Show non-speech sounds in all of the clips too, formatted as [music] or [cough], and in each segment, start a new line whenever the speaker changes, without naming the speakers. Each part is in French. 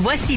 Voici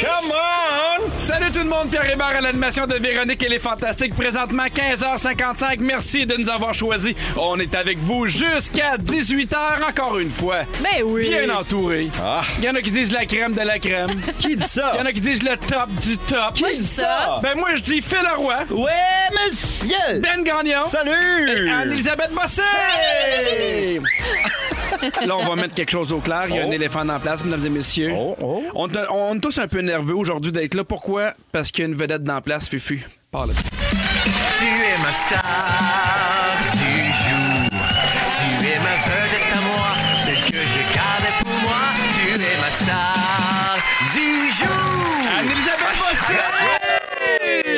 Come on!
Salut tout le monde, Pierre Hébert à l'animation de Véronique et les Fantastiques. Présentement 15h55. Merci de nous avoir choisis. On est avec vous jusqu'à 18h encore une fois.
Ben oui.
Bien entouré. Il y en a qui disent la crème de la crème.
Qui dit ça?
Il y en a qui disent le top du top.
Qui dit ça?
Ben moi je dis Phil Leroy,
Ouais, monsieur!
Ben Gagnon.
Salut!
Et Anne-Elisabeth Bossé! [laughs] Là, on va mettre quelque chose au clair. Il y a un
Oh.
éléphant en place, mesdames et messieurs.
Oh, oh.
On, te- on est tous un peu nerveux aujourd'hui d'être là. Pourquoi? Parce qu'il y a une vedette dans la place, Fufu. Parle.
Tu es ma star du jour. Tu es ma vedette à moi, celle que je gardais pour moi. Tu es ma star du
Ah,
jour. Ah,
Anne-Elisabeth hein? Bossé!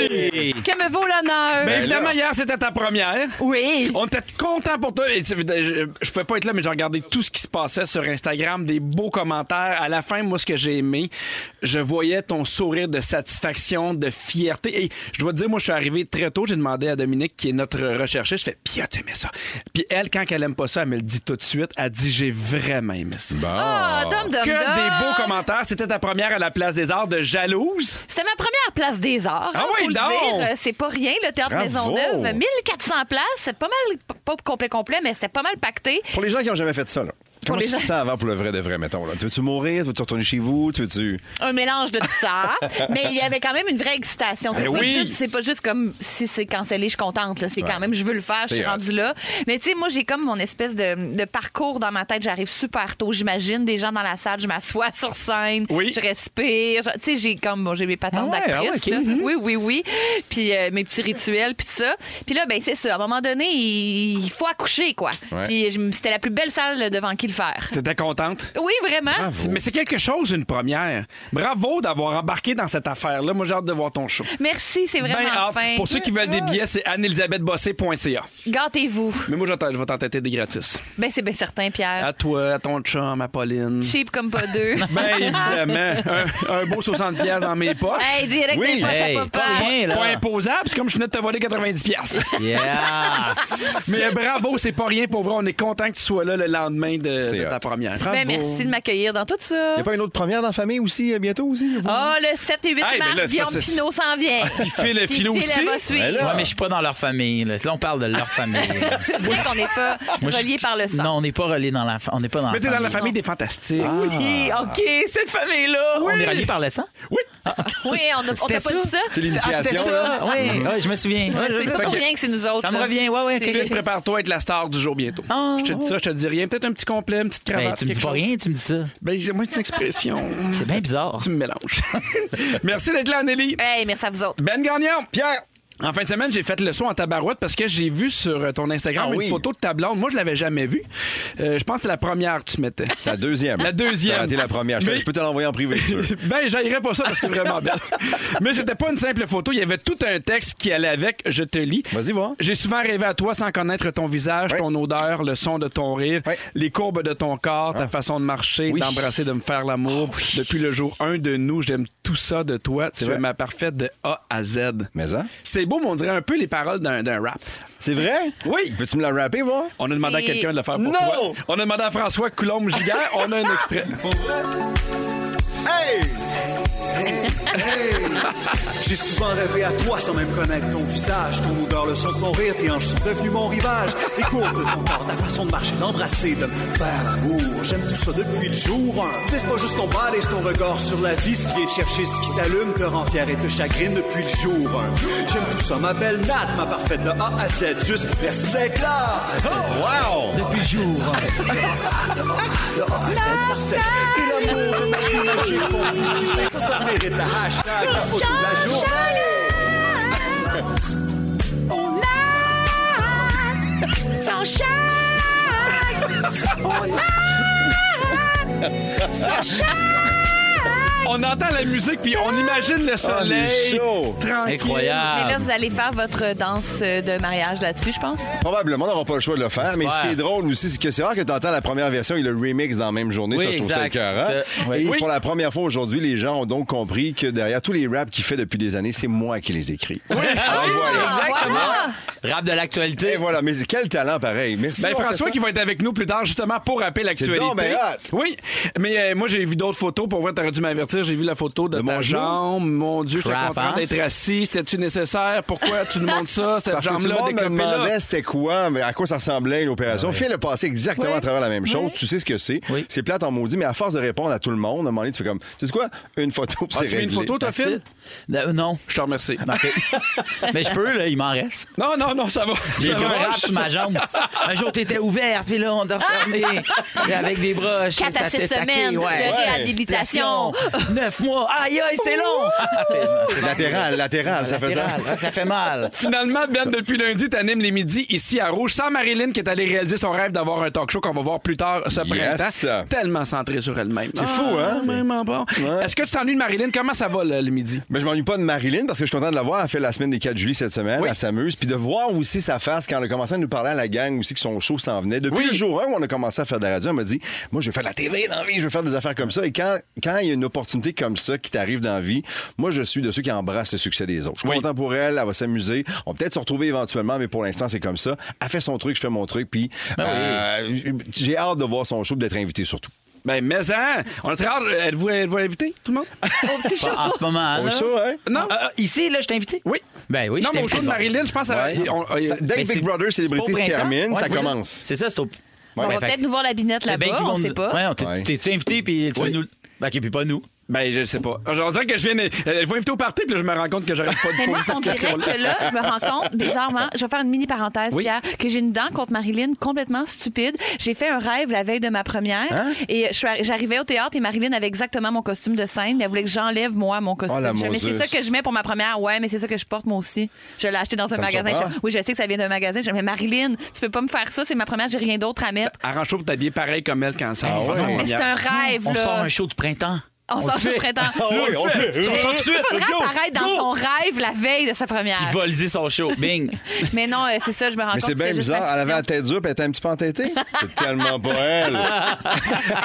Que me vaut l'honneur.
Ben, évidemment, hier, c'était ta première.
oui.
On était content pour toi. Et c'est- Je, je pouvais pas être là, mais j'ai regardé tout ce qui se passait sur Instagram, des beaux commentaires. À la fin, moi, ce que j'ai aimé, je voyais ton sourire de satisfaction, de fierté. Et je dois te dire, moi, je suis arrivé très tôt. J'ai demandé à Dominique, qui est notre recherchiste, je fais, Pia, tu aimais ça. Puis elle, quand elle aime pas ça, elle me le dit tout de suite. Elle dit, j'ai vraiment aimé ça.
Ah, dom, dom,
Que
dom.
des beaux commentaires. C'était ta première à la place des arts de Jalouse.
C'était ma première place des arts.
Ah
hein,
oui,
faut le
donc.
dire. Euh, C'est pas rien, le théâtre
Bravo.
Maisonneuve. 1400 places. C'est pas mal, p- pas complet, complet, mais c'était pas mal pacté.
Pour les gens qui n'ont jamais fait ça, là. Comment
les
tu te
gens-
sens avant pour le vrai de vrai, mettons? Là? Tu veux-tu mourir? Tu veux-tu retourner chez vous? Tu veux-tu.
Un mélange de tout ça. [laughs] mais il y avait quand même une vraie excitation. C'est
Ben
pas,
oui.
juste- c'est pas juste comme si c'est cancellé, je suis contente. là. C'est quand même, je veux le faire, je
C'est
suis
hot.
rendue là. Mais tu sais, moi, j'ai comme mon espèce de, de parcours dans ma tête. J'arrive super tôt. J'imagine des gens dans la salle. Je m'assois sur scène.
Oui.
Je respire. Je- Tu sais, j'ai comme, bon, j'ai mes patentes
Ah ouais, ah ouais,
d'actrice.
ok.
là. Oui, oui, oui. Puis euh, mes petits rituels, puis tout ça. Puis là, ben c'est ça. À un moment donné, il il faut accoucher, quoi.
Ouais.
Puis je- c'était la plus belle salle là, devant qui le faire.
T'étais contente?
Oui, vraiment.
Mais c'est quelque chose, une première. Bravo d'avoir embarqué dans cette affaire-là. Moi, j'ai hâte de voir ton show.
Merci, c'est
Ben
vraiment
hâte.
fin.
Pour ceux qui veulent des billets, c'est anneelisabethbossé.ca.
Gâtez-vous.
Mais moi, je vais t'en- je vais t'en têter des gratis.
Ben, c'est bien certain, Pierre.
À toi, à ton chum, à Pauline.
Cheap comme pas deux. [laughs]
Ben évidemment, un, un beau 60$ piastres dans mes poches.
hey, direct
Oui.
des poches
Hey,
à papa.
pas rien, là.
Pas imposable, c'est comme je venais de te voler 90$. piastres.
[laughs]
Yes!
Mais bravo, c'est pas rien pour vrai. On est content que tu sois là le lendemain de,
C'est
de ta
hot.
première.
Bravo.
Ben, merci de m'accueillir dans tout ça.
Y a pas une autre première dans la famille aussi, euh, bientôt aussi?
Oh, le 7 et 8
Hey,
mars,
ben là, c'est
Guillaume
pas- c'est-
Pinot s'en vient.
Puis [laughs] Phil,
Puis
Phil
Phil,
aussi?
elle va suivre.
Ben là.
Ouais, mais je suis pas dans leur famille. Là, Là, on parle de leur famille.
C'est vrai qu'on n'est pas
Moi, je-
reliés par le sang.
Non, on n'est pas reliés dans la fa- on n'est pas dans
Mais t'es dans la famille des fantastiques.
Ah. Oui, OK, cette famille-là. On est reliés par le sang?
Oui.
Oui, on n'a on t'a pas dit ça.
C'est
Ah, c'était
l'initiation. là. Mhm.
ça. Oui, ouais, je me souviens. Ouais,
C'est
je-
ça, ça
Fait que-
revient que c'est nous autres.
ça me
là.
revient, ouais, ouais. ok.
Phil, prépare-toi à être la star du jour bientôt.
Ah.
je te dis ça, je te dis rien. Peut-être un petit complet, une petite cravate.
Ben, tu me dis
quelque
pas
chose.
rien, tu me dis ça.
Ben, j'ai- moi, c'est
[laughs]
une expression.
C'est bien bizarre.
Tu me mélanges. [laughs] Merci d'être là, Nelly.
Hey, merci à vous autres.
Ben Gagnon.
Pierre!
En fin de semaine, j'ai fait le saut en tabarouette parce que j'ai vu sur euh, ton Instagram
Ah
une
oui.
photo de ta blonde. Moi, je l'avais jamais vue. Euh, je pense que c'est la première que tu mettais.
C'est la deuxième.
La deuxième.
T'as raté la première. Je, te-
Mais-
je peux te l'envoyer en privé, si
[laughs]
tu veux.
Ben, j'aillerais pas ça parce que c'est vraiment
[laughs]
belle. Mais c'était pas une simple photo. Il y avait tout un texte qui allait avec. Je te lis.
Vas-y, voir.
J'ai souvent rêvé à toi sans connaître ton visage,
Ouais.
ton odeur, le son de ton rire,
Ouais.
les courbes de ton corps, ta façon de marcher,
Ah. Oui. Ah
d'embrasser, de me faire l'amour. Depuis le jour 1 de nous, j'aime tout ça de toi. Tu
vrai.
es ma parfaite de A à Z.
Mais hein?
C'est beau, mais on dirait un peu les paroles d'un d'un rap.
C'est vrai?
Oui.
Veux-tu me la rapper, voir?
On a demandé à
C'est-
quelqu'un de le faire pour
Non!
toi. On a demandé à François Coulombe-Giguère. on a un
[laughs]
extrait.
Hey!
J'ai souvent rêvé à toi sans même connaître ton visage. Ton odeur, le son de ton rire, tes hanches sont devenues mon rivage. Les courbes de ton corps, ta façon de marcher, d'embrasser, de me faire l'amour. J'aime tout ça depuis le jour 1. Tu sais, c'est pas juste ton bal et c'est ton regard sur la vie, ce qui est de chercher ce qui t'allume, te rend fier et te chagrine depuis le jour 1. J'aime tout ça, ma belle natte, ma parfaite de A à Z. Juste merci d'être là.
Wow!
Depuis le jour 1. De A à Z, parfait. T'es l'amour de ma vie, ma j'ai complicité. Ça, ça mérite la hashtag, la photo de la journée.
Sans chat!
On entend la musique, puis on
Ah,
imagine le soleil.
chaud.
Tranquille.
Mais là,
Incroyable.
vous allez faire votre danse de mariage là-dessus, je pense.
Probablement, on n'aura pas le choix de le faire. Mais ce qui
J'espère.
est drôle aussi, c'est que c'est rare que tu entends la première version et le remix dans la même journée.
Oui,
ça, je trouve
exact,
ça écœurant.
c'est ça. Ouais.
Et
Oui.
pour la première fois aujourd'hui, les gens ont donc compris que derrière tous les raps qu'il fait depuis des années, c'est moi qui les écris.
Ah,
oui,
voilà.
Exactement. Rap de
Et
l'actualité.
voilà, mais quel talent pareil. Merci.
Ben,
d'avoir fait
François
ça.
qui va être avec nous plus tard justement pour rappeler l'actualité.
donc ben hot.
oui, mais euh, moi j'ai vu d'autres photos. Pour vrai, t'aurais dû m'avertir. J'ai vu la photo de,
De
ta
mon
jambe. Mon Dieu, j'étais
Crap,
content
hein?
d'être assis. C'était-tu nécessaire? Pourquoi tu nous montres ça, cette
Parce que tout le
jambe-là
monde me
décapée là?
demandait c'était quoi, mais à quoi ça ressemblait une opération. Phil a passé exactement à travers la même chose. Tu sais ce que c'est.
Oui.
C'est plate en maudit, mais à force de répondre à tout le monde, à un moment donné, tu fais comme, tu sais quoi, une photo,
As-tu
puis c'est
mis Ah, une
réglé.
photo, toi, Phil?
Euh, Non.
Je te remercie.
[laughs] Mais je peux, là, il m'en reste.
Non, non, non, ça va.
J'ai
ça
fait un
va.
rap sur ma jambe. Un jour, t'étais ouverte, puis là, on t'a [laughs] refermé. Et avec des broches.
Quatre
ça
à six
t'a taqué,
semaines
ouais.
de réhabilitation.
Neuf mois. Aïe, aïe, c'est long. Ah, C'est-
Latéral, latéral, ça faisait.
Latéral. Ah, Ça fait
[laughs]
mal.
Finalement, Ben, depuis lundi, t'animes les midis ici à Rouge, sans Marilyn qui est allée réaliser son rêve d'avoir un talk show qu'on va voir plus tard ce
Yes.
printemps. Tellement centrée sur elle-même. C'est
fou, hein?
Vraiment bon. Est-ce que tu t'ennuies de Marilyn? Comment ça va le, le midi?
Mais je m'ennuie pas de Marilyn parce que je suis content de la voir. Elle fait la semaine des 4 juillet cette semaine. Elle s'amuse. Puis de voir aussi sa face quand elle a commencé à nous parler à la gang aussi que son show s'en venait. Depuis
Oui.
le jour 1 où on a commencé à faire de la radio, elle m'a dit Moi, je vais faire de la TV dans la vie, je vais faire des affaires comme ça. Et quand quand il y a une opportunité comme ça qui t'arrive dans la vie, moi, je suis de ceux qui embrassent le succès des autres. Je suis content pour elle. Elle va s'amuser. On va peut-être se retrouver éventuellement, mais pour l'instant, c'est comme ça. Elle fait son truc, je fais mon truc. Puis
Ah
euh, j'ai hâte de voir son show, puis d'être invité surtout.
Ben, mais hein, on est très hâte. Êtes-vous êtes-vous invité, tout le monde?
Pas En ce moment, là.
Au show, hein?
Non?
Ah, ah, ici, là, je t'ai invité?
Oui.
Ben oui,
Non,
je t'ai
mais au
invité,
show de
bon.
Marilyn, je pense. à-
Ouais.
on- ben, on-
Ça- Dès
Mais
que Big
c'est-
Brother
c'est
Célébrité
pas au printemps.
termine,
Ouais,
ça
c'est
commence.
C'est ça, c'est au.
On
Ouais,
va
ben, fait-
peut-être nous voir la binette
Eh ben,
là-bas,
qu'ils vont
on
nous-
sait pas.
Ouais, on t'es-
Ouais.
T'es-tu invité, puis tu vas nous. OK, puis pas nous.
Ben, je sais pas. On dirait que je viens. Elle va inviter au party, puis là, je me rends compte que j'arrive pas de
Mais moi,
poser
on
cette
dirait
question-là.
que là, je me rends compte, bizarrement, je vais faire une mini parenthèse,
Oui.
Pierre, que j'ai une dent contre Marilyn complètement stupide. J'ai fait un rêve la veille de ma première et je suis arri- j'arrivais au théâtre et Marilyn avait exactement mon costume de scène, mais elle voulait que j'enlève, moi, mon costume.
Oh, la
Je fais, mais c'est
Moses.
ça que je mets pour ma première. Ouais, mais c'est ça que je porte, moi aussi. Je l'ai acheté dans un
me
magasin.
surprend.
Je- oui, je sais que ça vient d'un magasin. Je dis, mais Marilyn, tu peux pas me faire ça, c'est ma première, j'ai rien d'autre à mettre.
Arrange-toi pour t'habiller pareil comme elle quand ça.
ouais.
Mais Ben, c'est un rêve,
On
là.
sort un show de printemps.
On sort
le
sur
fait.
printemps.
Ah oui, on le fait.
Mais
sort tout de
Il
suite.
faudrait
Go,
apparaître dans
go.
son rêve la veille de sa première.
Il va liser son show. Bing.
Mais non, euh, c'est ça, je me rends
Mais
compte.
c'est bien
juste
bizarre.
ma
Elle avait la
fiction.
tête dure puis elle était un petit peu
[laughs]
entêtée. C'est tellement pas elle.
Ah,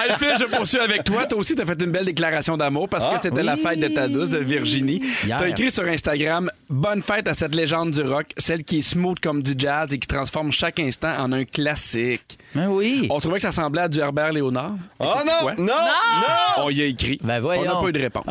Alphine, je poursuis avec toi. Toi aussi, t'as fait une belle déclaration d'amour parce
Ah,
que c'était la fête de ta douce, de Virginie.
Hier.
T'as écrit sur Instagram Bonne fête à cette légende du rock, celle qui est smooth comme du jazz et qui transforme chaque instant en un classique.
Ben oui.
On trouvait que ça semblait à du Herbert Léonard. Et
Oh
sais-tu quoi?
non, non, non!
On y a écrit.
Ben
on
voyons.
n'a pas eu de réponse.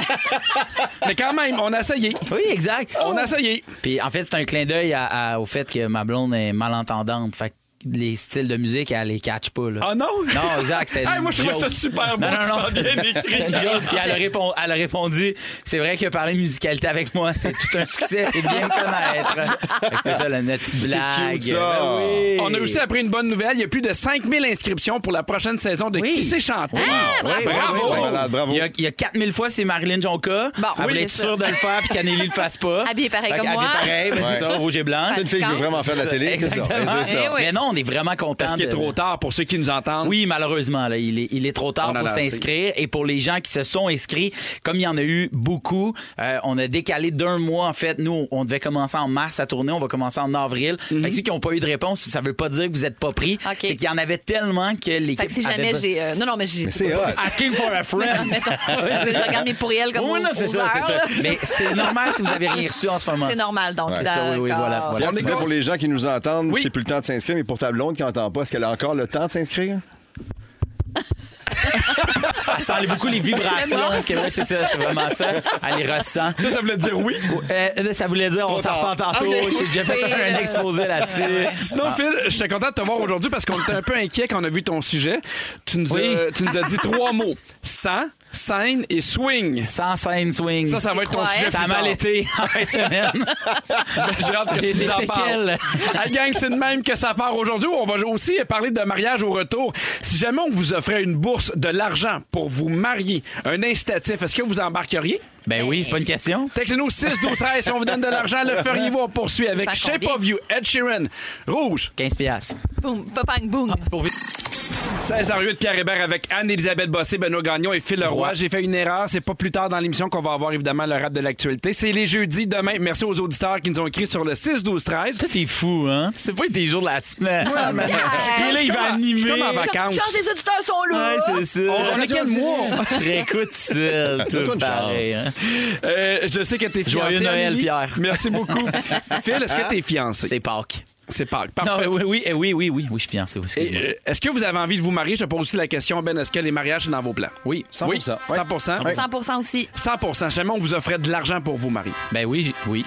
[laughs] Mais quand même, on a essayé.
Oui, exact.
On a essayé.
Puis en fait, c'est un clin d'œil à- à- au fait que ma blonde est malentendante. Fait que les styles de musique, elle les catch pas. Là.
Ah non?
Non, exact. C'était
[laughs] Hey,
une
moi, je trouvais
joke.
ça super beau,
Non, non, non,
super
c'est-
bien
[laughs]
écrit.
c'est une joke. Puis elle a, répon- elle a répondu c'est vrai que parler musicalité avec moi, c'est tout un succès. C'est bien me connaître. Fait que C'était ça, la notre petite blague.
cute, ça.
Ben oui.
On a aussi appris une bonne nouvelle. Il y a plus de 5000 inscriptions pour la prochaine saison de Qui s'est chanté.
Ah,
bravo!
bravo!
C'est malade, bravo.
oh. Il y, a, il y a 4000 fois, c'est Marilyn Jonca.
Bon,
elle
oui,
voulait être
c'est
sûre de le faire puis qu'Anneli le fasse pas.
Habillée pareil
Fait
comme
qu'habillée
moi.
pareil, ben,
Ouais.
c'est ça, rouge et blanc.
C'est une fille qui veut vraiment faire de la télé. c'est ça.
Exactement.
C'est ça.
Eh oui.
Mais non, on est vraiment content.
Parce qu'il est
de-
trop tard pour ceux qui nous entendent.
Oui, malheureusement, là, il, est, il est trop tard
On en
pour
a assez.
s'inscrire. Et pour les gens qui se sont inscrits, comme il y en a eu beaucoup, euh, on a décalé d'un mois, en fait. Nous, on devait commencer en mars à tourner, on va commencer en avril. Fait
Mhm.
que ceux qui n'ont pas eu de réponse, ça veut pas dire que vous n'êtes pas pris.
OK.
C'est qu'il y en avait tellement que l'équipe.
Fait que si
avait
jamais
pas-
j'ai. euh, non, non, mais
[laughs]
j'ai.
Mais c'est hot.
Asking for a friend.
Mettons, je regarde mes pourriels comme
Oui, non, c'est
aux-
ça,
aux
c'est
heures,
ça.
là.
Mais c'est normal si vous avez rien reçu en ce moment.
C'est normal, donc.
C'est ça, oui, oui,
d'accord.
voilà, voilà.
Pierre, tu disais pour les gens qui nous entendent,
Oui.
c'est plus le temps de s'inscrire, mais pour ta blonde qui n'entend pas, est-ce qu'elle a encore le temps de s'inscrire?
Elle sent beaucoup les vibrations.
Elle
que- ouais, c'est ça, c'est vraiment ça. Elle les ressent.
Ça, ça voulait dire oui.
Euh, là, ça voulait dire on s'en reparle tantôt. J'ai déjà fait un exposé là-dessus. Ah.
Sinon, Phil, j'étais content de te voir aujourd'hui parce qu'on était un peu inquiet quand on a vu ton sujet. Tu nous,
Oui.
as, tu nous as dit trois mots. Sang, scène et swing.
Sans scène swing. [laughs]
Ça, ça va être ton
Incroyable.
sujet.
Ça a
plus
mal
tard.
été en fin de semaine.
[laughs] J'ai hâte que
J'ai
tu nous
des
en parles.
séquelles.
Hey, gang, c'est de même que ça part aujourd'hui. On va aussi parler de mariage au retour. Si jamais on vous offrait une bourse de l'argent pour vous marier, un incitatif, est-ce que vous embarqueriez?
Ben oui, c'est pas une question.
Textez-nous 6 12 13 si on vous donne de l'argent, le feriez-vous on poursuit avec
Par
Shape
combien?
of You, Ed Sheeran, Rouge.
15 piastres.
Boum, papang, boum.
Ah, Pour vivre.
16h08, Pierre Hébert avec Anne-Élisabeth Bossé, Benoît Gagnon et Phil Leroy. J'ai fait une erreur. C'est pas plus tard dans l'émission qu'on va avoir évidemment le rap de l'actualité. C'est les jeudis demain. Merci aux auditeurs qui nous ont écrit sur le
[laughs]
6-12-13.
Toi, t'es fou, hein? C'est pas des jours de la semaine. Ouais,
mais-
là, il va
Je
animer.
suis comme en
Chance,
vacances.
les auditeurs sont là.
Ouais, c'est ça.
On est quel mois?
Tu réécoutes [laughs] ça, toi,
Donne-toi une
pareil,
chance.
hein?
Euh, je sais que t'es fiancé.
Joyeux Noël,
Amélie.
Pierre.
Merci
[laughs]
beaucoup. Phil, est-ce que t'es fiancé?
C'est Pâques.
C'est pas
Non,
Parfait.
oui, oui, oui, oui, oui, oui, oui, je suis fiancé. Oui,
Et,
excuse-moi.
euh, est-ce que vous avez envie de vous marier? Je te pose aussi la question, Ben, est-ce que les mariages sont dans vos plans?
oui.
100%.
Oui,
Ouais.
100%.
Ouais.
100 aussi.
100 Jamais on vous offrait de l'argent pour vous marier.
Ben oui, j- [laughs] oui.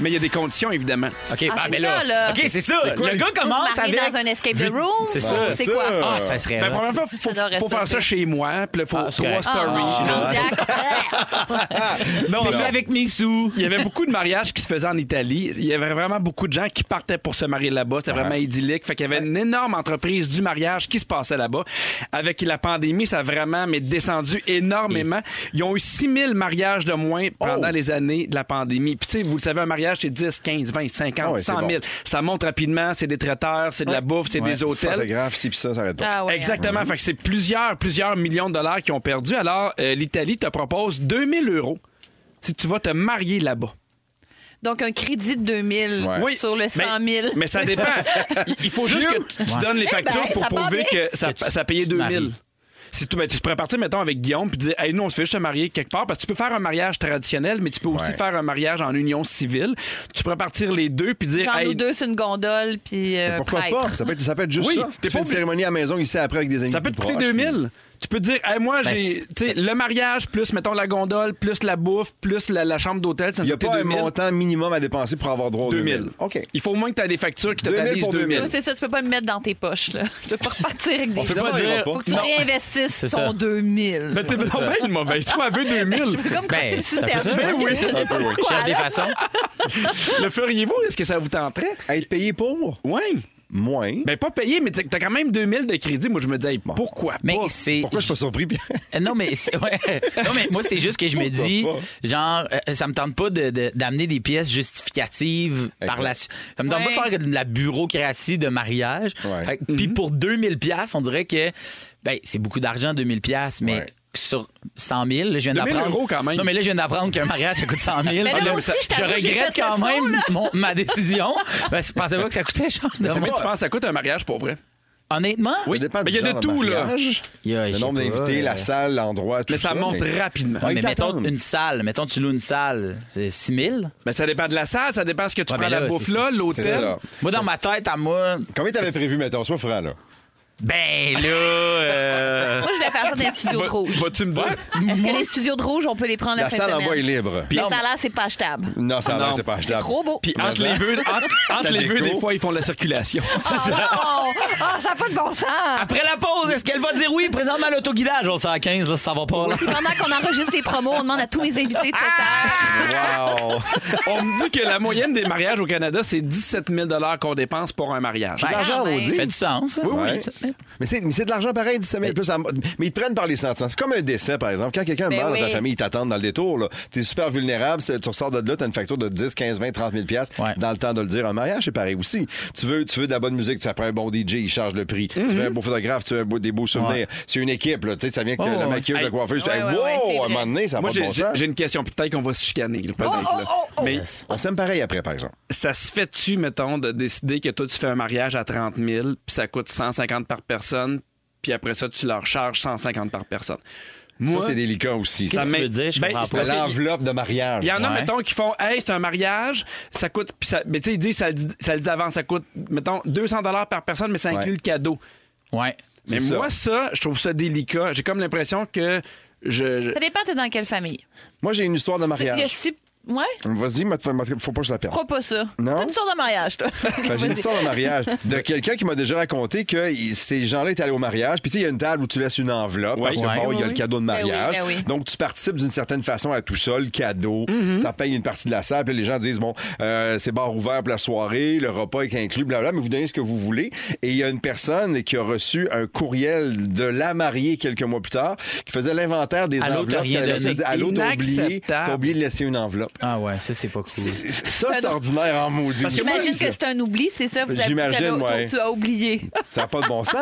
Mais il y a des conditions, évidemment.
OK,
Ah,
ah,
c'est
mais
ça, là.
OK, c'est ça.
quoi,
le
les-
gars
Faut
commence
se
avec.
marier dans un escape the room.
C'est
Ah,
ça.
c'est
C'est quoi?
ça.
Ah, ça serait.
Ben,
hot.
premièrement, il faut,
J'adorais
faut
ça,
faire ça
tu sais.
chez moi. Puis là, faut
Ah, c'est
trois
correct.
Ah,
stories. là.
[laughs]
Jean-Jacques.
Non, on
Non.
fait avec mes sous.
Il y avait beaucoup de mariages qui se faisaient en Italie. Il y avait vraiment beaucoup de gens qui partaient pour se marier là-bas. C'était
Ah.
vraiment idyllique. Fait qu'il y avait une énorme entreprise du mariage qui se passait là-bas. Avec la pandémie, ça a vraiment mais descendu énormément. Ils ont eu 6000 mariages de moins pendant
Oh!
les années de la pandémie. Puis tu sais, vous le savez, un mariage, c'est 10, 15, 20, 50,
Ah ouais, c'est
100 000.
bon.
Ça monte rapidement. C'est des traiteurs, c'est de la bouffe, c'est des hôtels.
Photographe, si pis ça, ça arrête pas.
Ah ouais, hein.
Exactement. Fait que c'est plusieurs, plusieurs millions de dollars qui ont perdu. Alors, euh, l'Italie te propose 2000 euros si tu vas te marier là-bas.
Donc, un crédit de 2000
Ouais.
Oui,
sur le 100 000.
Mais, mais ça
[laughs]
dépend. Il- Il faut juste que tu tu donnes les factures
ben,
pour
ça part
prouver
bien.
que ça,
Que tu-
ça a payé
tu te
2000.
maries.
Si tu, ben, tu pourrais partir, mettons, avec Guillaume puis dire Hey, nous, on se fait juste marier quelque part. Parce que tu peux faire un mariage traditionnel, mais tu peux aussi
Ouais.
faire un mariage en union civile. Tu pourrais partir les deux puis dire
Genre,
Hey,
nous deux, c'est une gondole, puis euh,
Pourquoi
prêtre.
pas? Ça peut, être, ça peut être juste
Ah. Oui,
ça.
t'es
Tu
pas
fais une
obligé-
cérémonie à la maison ici après avec des amis.
Ça peut te
plus
coûter
proches,
2000. Tu peux dire, Hey, moi,
Ben,
j'ai
c'est-
tu sais, le mariage, plus, mettons, la gondole, plus la bouffe, plus la, la chambre d'hôtel, ça me
Il n'y a
coûte
pas un
2000.
montant minimum à dépenser pour avoir droit aux
2000.
2000. OK.
Il faut au moins que tu aies des factures qui te
2000
totalisent
pour
2000.
Ouais, C'est ça, tu peux pas le mettre dans tes poches. Là. Tu peux pas repartir avec des
peut pas
sous.
dire-
Faut que tu
Non.
réinvestisses
C'est
ton
ça.
2000.
Ah,
Mais t'es donc bien une mauvaise. Tu veux 2000.
Je peux comme
Ben,
casser le
c'est un peu
système.
ça. Ben
oui.
Un peu, oui.
Je cherche des façons.
Le feriez-vous? Est-ce que ça vous tenterait?
Être payé pour?
Oui.
Moins.
Ben, pas payé, mais t'as t'as quand même 2000 de crédit. Moi, je me dis, hey, pourquoi
Mais
pas?
c'est.
Pourquoi je suis pas surpris? Pierre?
Euh, Non, mais, c'est- ouais. non, mais moi, c'est juste que je me dis, genre, euh, ça me tente pas de- de- d'amener des pièces justificatives par la suite. Ça me tente
Ouais.
pas de faire de la bureaucratie de mariage.
Ouais.
Fait que- Puis pour 2000 pièces on dirait que ben, c'est beaucoup d'argent, 2000 pièces mais
Ouais.
sur 100 000, là, je viens
2000
d'apprendre...
euros quand même.
Non, mais là, je viens d'apprendre qu'un mariage, ça coûte 100 000.
là,
Ah,
moi
mais
aussi, je
je
t'avoue, j'ai
regrette
fait
quand
le saut,
même
là.
mon- ma décision. Ben, je pensais pas que ça coûtait cher. de
Combien
même.
tu penses que ça coûte un mariage pour vrai?
Honnêtement,
[laughs] Oui. dépend
Mais Ben,
du
il y a de
genre de
tout, là.
mariage.
il y a- je
Le
sais
nombre
pas,
d'invités,
euh,
la salle, l'endroit, tout
Mais ça monte
mais-
rapidement.
Ouais,
mais
ils
mettons
t'attendent.
une salle, mettons tu loues une salle, c'est 6 000.
Mais Ben, ça dépend de la salle, ça dépend ce que tu
Ouais,
prends
mais
la
là,
bouffe
c'est-
là,
c'est-
c'est
l'hôtel.
ça.
Moi, dans ma tête, à moi,
Combien t'avais prévu, mettons? Sois franc, là.
ben là, [laughs] euh,
Moi, je vais faire ça dans les studios de rouge.
Vas-tu me dire?
Est-ce que les studios de rouge, on peut les prendre la,
La
fin
salle
de
en
semaine?
bas est libre.
Mais
Non,
ça a
mais-
l'air, c'est pas achetable.
Non, ça a
Ah Non.
l'air, c'est pas achetable.
Trop beau.
Puis entre
Mais
les vœux, entre, entre
La
les vœux,
déco.
des fois, ils font de la circulation.
Oh,
[laughs]
non! Ah, ça n'a pas de bon sens!
après la pause, est-ce qu'elle va dire oui? Présentement, l'autoguidage, on sait à 15, là, ça va pas. Là.
Puis pendant qu'on enregistre les promos, on demande à tous les invités de cette heure. [laughs]
Wow!
On me dit que la moyenne des mariages au Canada, c'est 17 000 qu'on dépense pour un mariage.
Ben,
l'argent,
on dit.
Ça fait du sens. Oui,
Ouais. Mais c'est mais c'est de l'argent pareil, 17 000 plus. en- Mais ils te prennent par les sentiments. C'est comme un décès, par exemple. Quand quelqu'un
Ben
meurt dans
oui.
ta famille, ils t'attendent dans le détour. là. T'es super vulnérable. c'est- Tu ressors de là, t'as une facture de 10, 15, 20, 30 000 piastres
Ouais.
dans le temps de le dire. Un mariage, c'est pareil aussi. Tu veux, tu veux de la bonne musique, tu apprends un bon DJ, il charge le prix. Tu
Mm-hmm.
veux un beau photographe, tu veux un beau- des beaux souvenirs. C'est une équipe. Là. Tu sais, Ça vient que
Oh, ouais.
la maquilleuse,
Hey.
la coiffeuse.
Ouais,
hey,
ouais, ouais, c'est
wow! à un
vrai.
moment donné, ça va
Moi,
pas de
j'ai
bon
j'ai-
sens.
j'ai une question, puis peut-être qu'on va se chicaner. là.
Oh,
Présente-le.
Mais
On s'aime pareil après, par exemple.
ça se fait-tu, mettons, de décider que toi, tu fais un mariage à 30 000, puis ça coûte 150 par personne, puis après ça, tu leur charges 150 par personne? Moi,
ça, c'est délicat aussi.
ça
Qu'est-ce que tu veux
m'in-
dire? Je
Ben,
comprends
c'est
pas.
parce que-
L'enveloppe de mariage.
Il y en a,
Ouais.
mettons, qui font Hey, c'est un mariage, ça coûte. Puis ça, mais tu sais, ils disent, ça, le dit- ça le dit avant, ça coûte, mettons, 200 par personne, mais ça inclut
Ouais.
le cadeau.
Ouais.
Mais
C'est
moi, ça, je trouve ça délicat. J'ai comme l'impression que je. je-
Ça dépend, t'es dans quelle famille.
Moi, j'ai une histoire de
Il y a
mariage.
six... Ouais?
Vas-y, m'a- m'a- faut pas que je la perde.
Crois pas ça.
Non?
C'est une sorte de mariage, toi.
Ben, j'ai une histoire de mariage de quelqu'un qui m'a déjà raconté que il- ces gens-là étaient allés au mariage. Puis tu sais, il y a une table où tu laisses une enveloppe parce que
Ouais.
bon, il y a le cadeau de
Ben oui,
mariage.
ben oui.
Donc tu participes d'une certaine façon à tout ça, le cadeau, ça paye une partie de la salle. Puis les gens disent bon, euh, c'est bar ouvert pour la soirée, le repas est inclus, blablabla, mais vous donnez ce que vous voulez. Et il y a une personne qui a reçu un courriel de la mariée quelques mois plus tard qui faisait l'inventaire des
Allô, t'as
enveloppes.
rien
qu'elle a laissées.
donné.
Elle dit, Allô, t'as oublié,
Inacceptable.
t'as oublié de laisser une enveloppe.
Ah ouais, ça, c'est pas cool.
Ça, c'est ordinaire en maudit.
Parce que
aussi,
J'imagine que
ça.
c'est un oubli, c'est ça. Vous avez-
J'imagine,
vous avez-
ouais.
Tu as oublié.
Ça n'a pas de bon sens.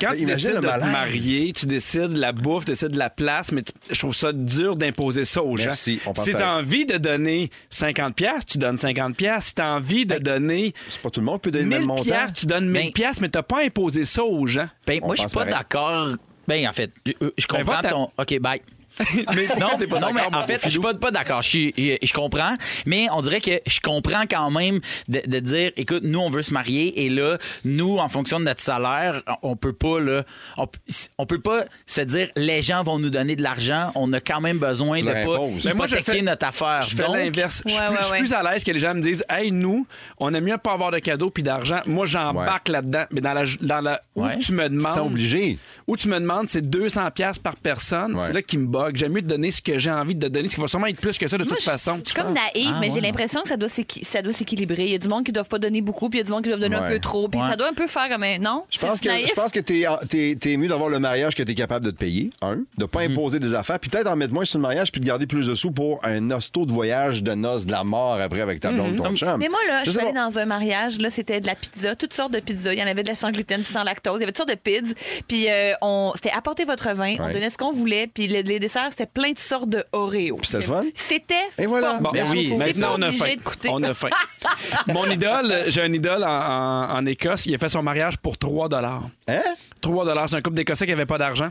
Quand tu
Imagine
décides de
le
te
malaise.
marier, tu décides la bouffe, tu décides la place, mais tu- je trouve ça dur d'imposer ça aux gens.
Merci, on
si
partage.
tu as envie de donner 50 pièces, tu donnes 50 pièces. Si tu as envie de donner
Ben, C'est pas tout le monde qui peut donner le même
1000
montant.
pièces, tu donnes 1000
Mais-
pièces, mais tu pas imposé ça aux gens.
Ben,
On
moi, je suis
pense
pas
pareil.
d'accord. Ben, en fait, euh, euh, je
Ben,
comprends
va-t'en.
ton. OK, bye.
[laughs]
non,
mais pourquoi t'es pas
non, mais
d'accord,
en
mon
fait,
beau
je suis
filou?
pas, pas d'accord. Je, suis- je- je comprends, mais on dirait que je comprends quand même de, de dire, écoute, nous, on veut se marier et là, nous, en fonction de notre salaire, on on peut pas, là, on, on peut pas se dire, les gens vont nous donner de l'argent, on a quand même besoin
Tu
de
leur
pas
imposes.
Mais moi, je
hypothéquer
fais-
notre affaire.
Je fais
Donc,
l'inverse. je, suis
Ouais,
plus,
ouais,
je suis
ouais.
plus à l'aise que les gens me disent Hey, nous, on aime mieux pas avoir de cadeaux puis d'argent. Moi, j'embarque là-dedans. Mais dans la. Dans la où
Ouais.
tu me
Ils sont
demandes.
obligés.
Où tu me demandes, c'est 200$ par personne.
Ouais.
C'est là qui me bug. J'aime mieux te donner ce que j'ai envie de te donner, ce qui va sûrement être plus que ça de
Moi,
toute
je-
façon.
Je suis comme naïve,
Ah,
mais
ouais.
j'ai l'impression que ça doit s'équi- ça doit s'équilibrer. Il y a du monde qui ne doivent pas donner beaucoup, puis il y a du monde qui doivent donner
Ouais.
un peu trop. Puis
Ouais.
ça doit un peu faire comme un. Non?
Je pense
C'est
que
naïf.
je pense que t'es t'es- t'es mieux d'avoir le mariage que t'es capable de te payer, un, de pas
Mhm.
imposer des affaires, puis peut-être en mettre moins sur le mariage, puis de garder plus de sous pour un hosto de voyage de noces de la mort après avec ta
Mhm.
blonde ton chum.
Mais moi, là, je suis
sais
allée
pas.
dans un mariage, là, c'était de la pizza, toutes sortes de pizzas. Il y en avait de la sans gluten, puis sans lactose. Il y avait toutes sortes de pizzas. Puis euh, on c'était apporter votre vin, on
Ouais.
donnait ce qu'on voulait, puis le- les desserts, c'était plein de sortes de Oreo.
c'était le fun?
C'était
Et voilà.
Bon,
formidable.
ben oui,
C'est pas
maintenant on a
obligé
faim.
de coûter.
On a faim. Mon idole, j'ai un idole en, en- en Écosse, il a fait son mariage pour 3
Hein?
3 c'est un couple d'Écossais qui n'avait pas d'argent.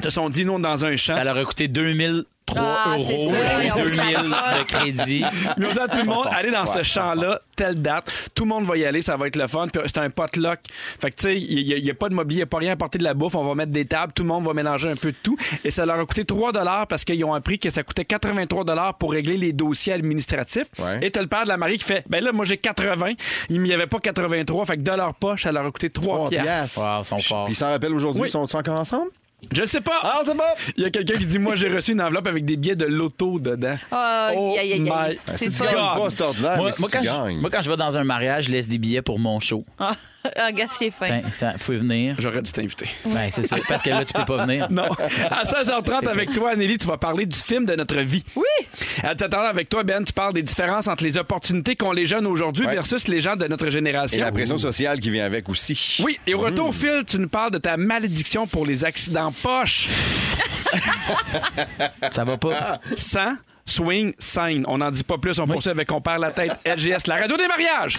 Ils se sont dit, nous, on est dans un champ.
Ça leur a coûté 2003
Ah, c'est
euros
ça,
et
ils ont
2000
pas
de crédit.
[laughs]
Ils ont dit à tout le monde, allez dans ce champ-là, telle date. Tout le monde va y aller, ça va être le fun. Puis euh, c'est un potluck. Fait que, tu sais, il n'y a, pas de mobilier, il n'y a pas rien à porter de la bouffe. On va mettre des tables, tout le monde va mélanger un peu de tout. Et ça leur a coûté 3 parce qu'ils ont appris que ça coûtait 83 pour régler les dossiers administratifs.
Ouais.
Et t'as le père de la mariée qui fait, ben là, moi j'ai 80. Il n'y avait pas 83. Fait que de leur poche, ça leur a coûté 3
Trois
piastres.
piastres.
Wow, ils sont
Puis
forts.
Ils s'en rappellent aujourd'hui,
Oui.
ils sont encore ensemble?
Je le sais pas.
Ah, c'est bon!
Il y a quelqu'un qui dit Moi, j'ai reçu une enveloppe avec des billets de loto dedans.
Ah, [laughs] aïe, aïe, aïe, aïe.
Oh my
C'est
Si tu
fun.
God.
gagnes pas, c'est ordinaire,
Moi,
mais si
moi,
tu
quand je,
gagnes.
moi, quand je vais dans un mariage, je laisse des billets pour mon show.
Ah, ah, gars, c'est fin.
Putain, ça, faut venir.
J'aurais dû t'inviter.
Ben, c'est ça, parce que là, tu peux pas venir.
[laughs] Non. À 16h30 avec toi, Anneli, tu vas parler du film de notre vie.
Oui!
À 17h avec toi, Ben, tu parles des différences entre les opportunités qu'ont les jeunes aujourd'hui
Ouais.
versus les gens de notre
Et
génération.
la pression sociale qui vient avec aussi.
Oui, et au retour, Phil, tu nous parles de ta malédiction pour les accidents poche.
Ça va pas.
100, swing, sign. On n'en dit pas plus, on poursuit avec On perd la tête, LGS, la radio des mariages.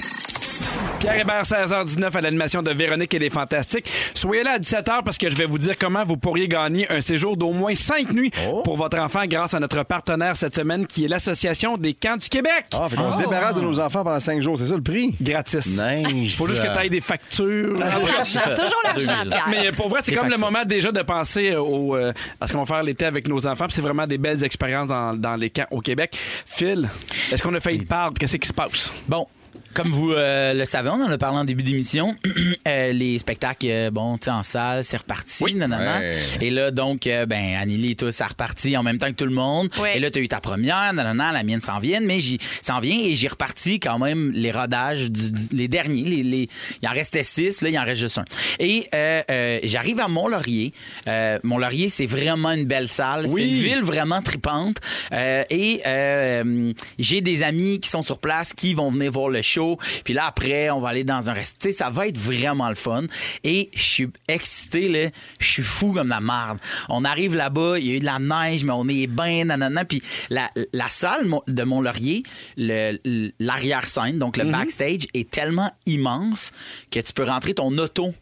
Pierre Hébert, 16h19 à l'animation de Véronique et les Fantastiques. Soyez là à 17h parce que je vais vous dire comment vous pourriez gagner un séjour d'au moins 5 nuits
Oh.
pour votre enfant grâce à notre partenaire cette semaine qui est l'Association des camps du Québec.
Ah, fait qu'on se débarrasse de nos enfants pendant cinq jours, c'est ça le prix?
Gratis.
Nice. Ah,
Faut juste que tu ailles des factures.
L'argent, toujours l'argent,
2000.
Pierre.
Mais euh, pour vrai, c'est
Ah, Des
comme le
factures.
moment déjà de penser euh, au, euh, à ce qu'on va faire l'été avec nos enfants. Puis c'est vraiment des belles expériences dans, dans les camps au Québec. Phil, est-ce qu'on a failli te perdre? Qu'est-ce qui se passe?
Bon. Comme vous euh, le savez, on en a parlé en début d'émission. [clears throat] euh, les spectacles, euh, bon, tu sais, en salle, c'est reparti, nanana.
Ouais.
Et là, donc, euh, ben, Anneli et tout, ça repartit en même temps que tout le monde.
Ouais.
Et là, tu as eu ta première, nanana, la mienne s'en vient, mais j'y s'en vient et j'ai reparti quand même les rodages, du- du- les derniers. Les, les- il en restait six, là, il en reste juste un. Et euh, euh, j'arrive à Mont-Laurier. Euh, Mont-Laurier, c'est vraiment une belle salle.
Oui.
C'est une ville vraiment tripante. Euh, et euh, j'ai des amis qui sont sur place qui vont venir voir le show. Puis là, après, on va aller dans un reste. Tu sais, ça va être vraiment le fun. Et je suis excité, là. Je suis fou comme la marde. On arrive là-bas, il y a eu de la neige, mais on est bien, nanana. Puis la, la salle mon- de Mont-Laurier, le- le- l'arrière-scène, donc le backstage, est tellement immense que tu peux rentrer ton auto.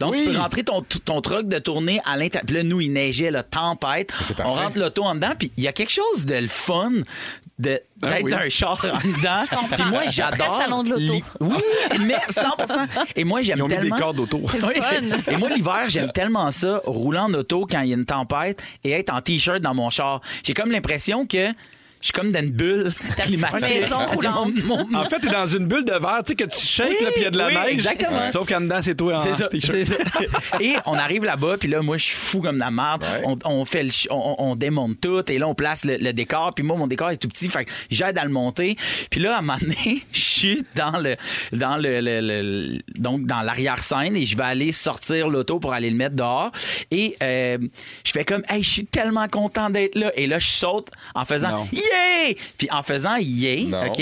Donc, tu peux rentrer ton, ton truck de tournée à l'intérieur. Puis là, nous, il neigeait, la tempête.
c'est
On
parfait.
rentre l'auto en dedans, puis il y a quelque chose de le fun de d'être
Ah oui.
un char en dedans. puis moi, j'adore.
Très salon de l'auto.
l'i- Oui, mais 100 Et moi, j'aime
Ils ont mis
tellement.
des cordes autour.
C'est le
Oui.
fun.
Et moi, l'hiver, j'aime tellement ça, rouler en auto quand il y a une tempête et être en T-shirt dans mon char. J'ai comme l'impression que je suis comme dans une bulle
T'as
climatique.
une maison roulante.
Mon- mon-
En fait, t'es dans une bulle de verre, tu sais, que tu shakes,
Oui,
là, puis il y a de la
oui,
neige.
exactement.
Sauf qu'en dedans, c'est toi hein. en
C'est ça,
t-shirt.
c'est ça. [laughs] Et on arrive là-bas, puis là, moi, je suis fou comme la merde. On, on fait le ch- on, on démonte tout, et là, on place le, le décor. Puis moi, mon décor est tout petit, fait que j'aide à le monter. Puis là, à un moment donné, [laughs] je suis dans le, dans le, le- le- le- donc dans l'arrière scène, et je vais aller sortir l'auto pour aller le mettre dehors. Et euh, je fais comme, hey, je suis tellement content d'être là. Et là, je saute en faisant,
Non.
yeah! yeah! Puis en faisant yeah,
Non.
OK,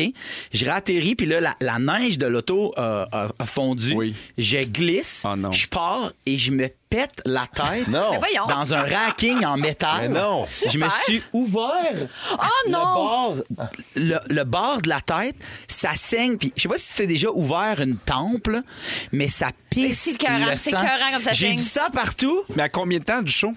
je réatterris, puis là, la, la neige de l'auto euh, a, a fondu.
Oui.
Je glisse,
Oh non.
je pars et je me pète la tête
Ah, Non.
Mais voyons.
dans un racking en métal.
Mais non.
Je me suis ouvert
Oh
le
non!
bord, le, le bord de la tête, ça saigne. Puis je sais pas si c'est déjà ouvert une temple, là, mais ça
c'est
pisse
écœurant,
le
c'est
sang.
écœurant comme ça
J'ai
saigne.
du sang partout.
Mais à combien de temps du show?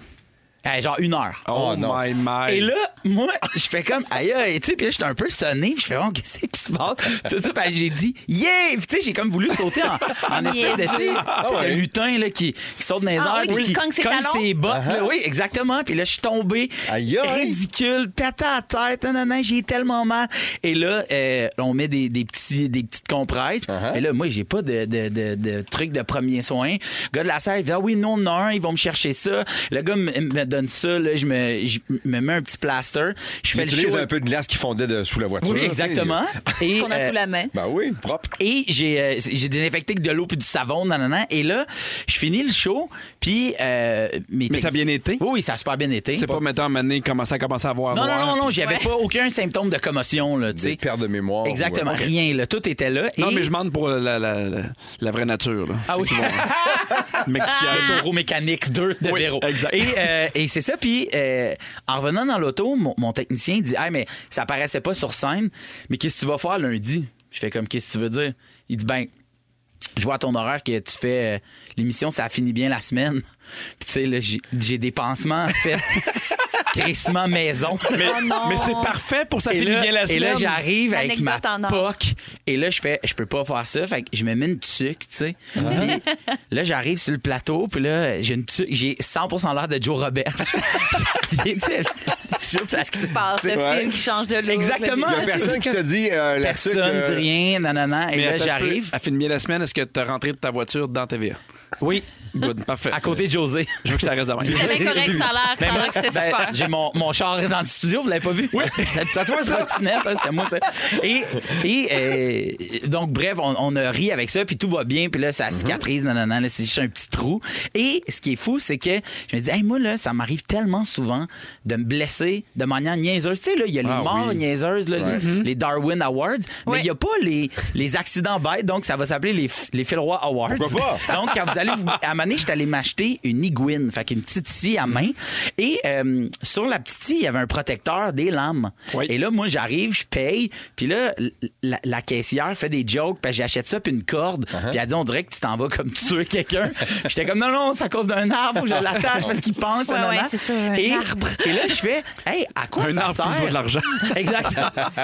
Eh, genre une heure.
Oh,
non.
my my.
Et là, moi, Ah, je fais comme aïe aïe, tu sais, puis là, j'étais un peu sonné, puis je fais bon, qu'est-ce qui se passe Tout ça, puis j'ai dit yeah, Puis tu sais, j'ai comme voulu sauter en, en espèce de tu sais, tu sais, le lutin là qui, qui saute dans les
Ah
airs,
oui,
puis
qui cogne ses talons.
ses bottes, là, oui, exactement. Puis là, je suis tombé,
Aïe, aïe.
ridicule, pété à la tête, non non non, j'ai tellement mal. Et là, euh, on met des, des petits des petites compresses.
Uh-huh.
Mais là, moi, j'ai pas de, de, de, de truc de premier soin. Le gars de la salle, il dit ah oui, non, on en a un, ils vont me chercher ça. Le gars me, me donne ça, là, je me je me mets un petit plaster, je
Tu
fais le
utilises
show.
un peu de glace qui fondait de- sous la voiture.
Oui,
tu
[laughs]
sais.
exactement. Et,
Qu'on a
euh,
sous la main.
Ben oui, propre.
et j'ai euh, j'ai désinfecté avec de l'eau puis du savon, nanana. Et là, je finis le show, puis... euh, mes
Mais ça a
textes-
bien été?
Oui, oui, ça a super bien été.
C'est pas mettant à mener commencer à commencer à voir.
Non, non,
voir.
non, non, j'avais pas aucun symptôme de commotion, là, tu sais.
Des pertes de mémoire. euh,
Exactement,
Ouais.
rien, là. Tout était là.
Non,
et-
mais je demande pour la, la- la- la vraie nature. Là.
Ah oui. [laughs] Ah,
Mais qui
Le Taureau mécanique 2 de
Oui,
Véro.
exact.
Et, euh, et c'est ça. Puis, euh, en revenant dans l'auto, mon, mon technicien dit Hey, mais ça paraissait pas sur scène, mais qu'est-ce que tu vas faire lundi Je fais comme Qu'est-ce que tu veux dire Il dit Ben, je vois à ton horaire que tu fais euh, l'émission, ça finit bien la semaine. [laughs] Puis, tu sais, là, j'ai- j'ai des pansements, en [laughs] fait. Crissement maison.
Mais, mais c'est parfait pour ça
Et
finit
là-
bien la
Et là,
semaine.
j'arrive avec ma
Anecdote en or.
POC. Et là, je fais, je peux pas faire ça. Fait que je me mets une tuque, tu sais. Puis Là, j'arrive sur le plateau. Puis là, j'ai une tuque. J'ai 100 l'air de Joe Robert. [laughs] J'arrive, tu sais,
[laughs]
je- je- ça-
Par le
Ouais.
film qui change de l'eau.
Exactement.
Il y a personne qui te dit euh, la sucre,
Personne
euh,
dit rien, nanana. Et
Mais
là,
attends, tu
j'arrive.
peux- À fin de la semaine, est-ce que tu as rentré de ta voiture dans TVA?
Oui,
Good, parfait.
à côté de José.
Je veux que ça reste [laughs] de même.
C'est bien correct, ça a l'air. Ça a l'air que c'était
Ben,
super.
J'ai mon, mon char dans le studio, vous l'avez pas vu? [laughs] Oui. c'est à toi, ça. C'est à moi, ça. Et, et, euh, donc, bref, on, on a ri avec ça, puis tout va bien, puis là, ça cicatrise, nanana, là, c'est juste un petit trou. Et ce qui est fou, c'est que je me dis, hey, moi, là, ça m'arrive tellement souvent de me blesser de manière niaiseuse. Tu sais, là, il y a les
Ah
morts
oui.
niaiseuses, là, les- les Darwin Awards, mais
Ouais.
il n'y a pas les, les accidents bêtes, donc ça va s'appeler les, F- les Philroy Awards.
Pourquoi
[laughs] Donc, quand vous allez vous... À un moment donné, j'étais allé m'acheter une iguine, fait qu'une petite scie à main. Et euh, sur la petite scie, il y avait un protecteur des lames.
Oui.
Et là, moi, j'arrive, je paye. Puis là, la, la caissière fait des jokes. Puis j'achète ça, puis une corde.
Uh-huh.
Puis elle dit, on dirait que tu t'en vas comme [laughs] tuer quelqu'un. J'étais comme, non, non, c'est à cause d'un arbre où je l'attache parce qu'il pense.
Ouais,
nanana.
ouais, c'est ça, un
et,
arbre.
et là, je fais, hey, à quoi
Un
ça
arbre pour
sert?
de l'argent.
[laughs] Exact.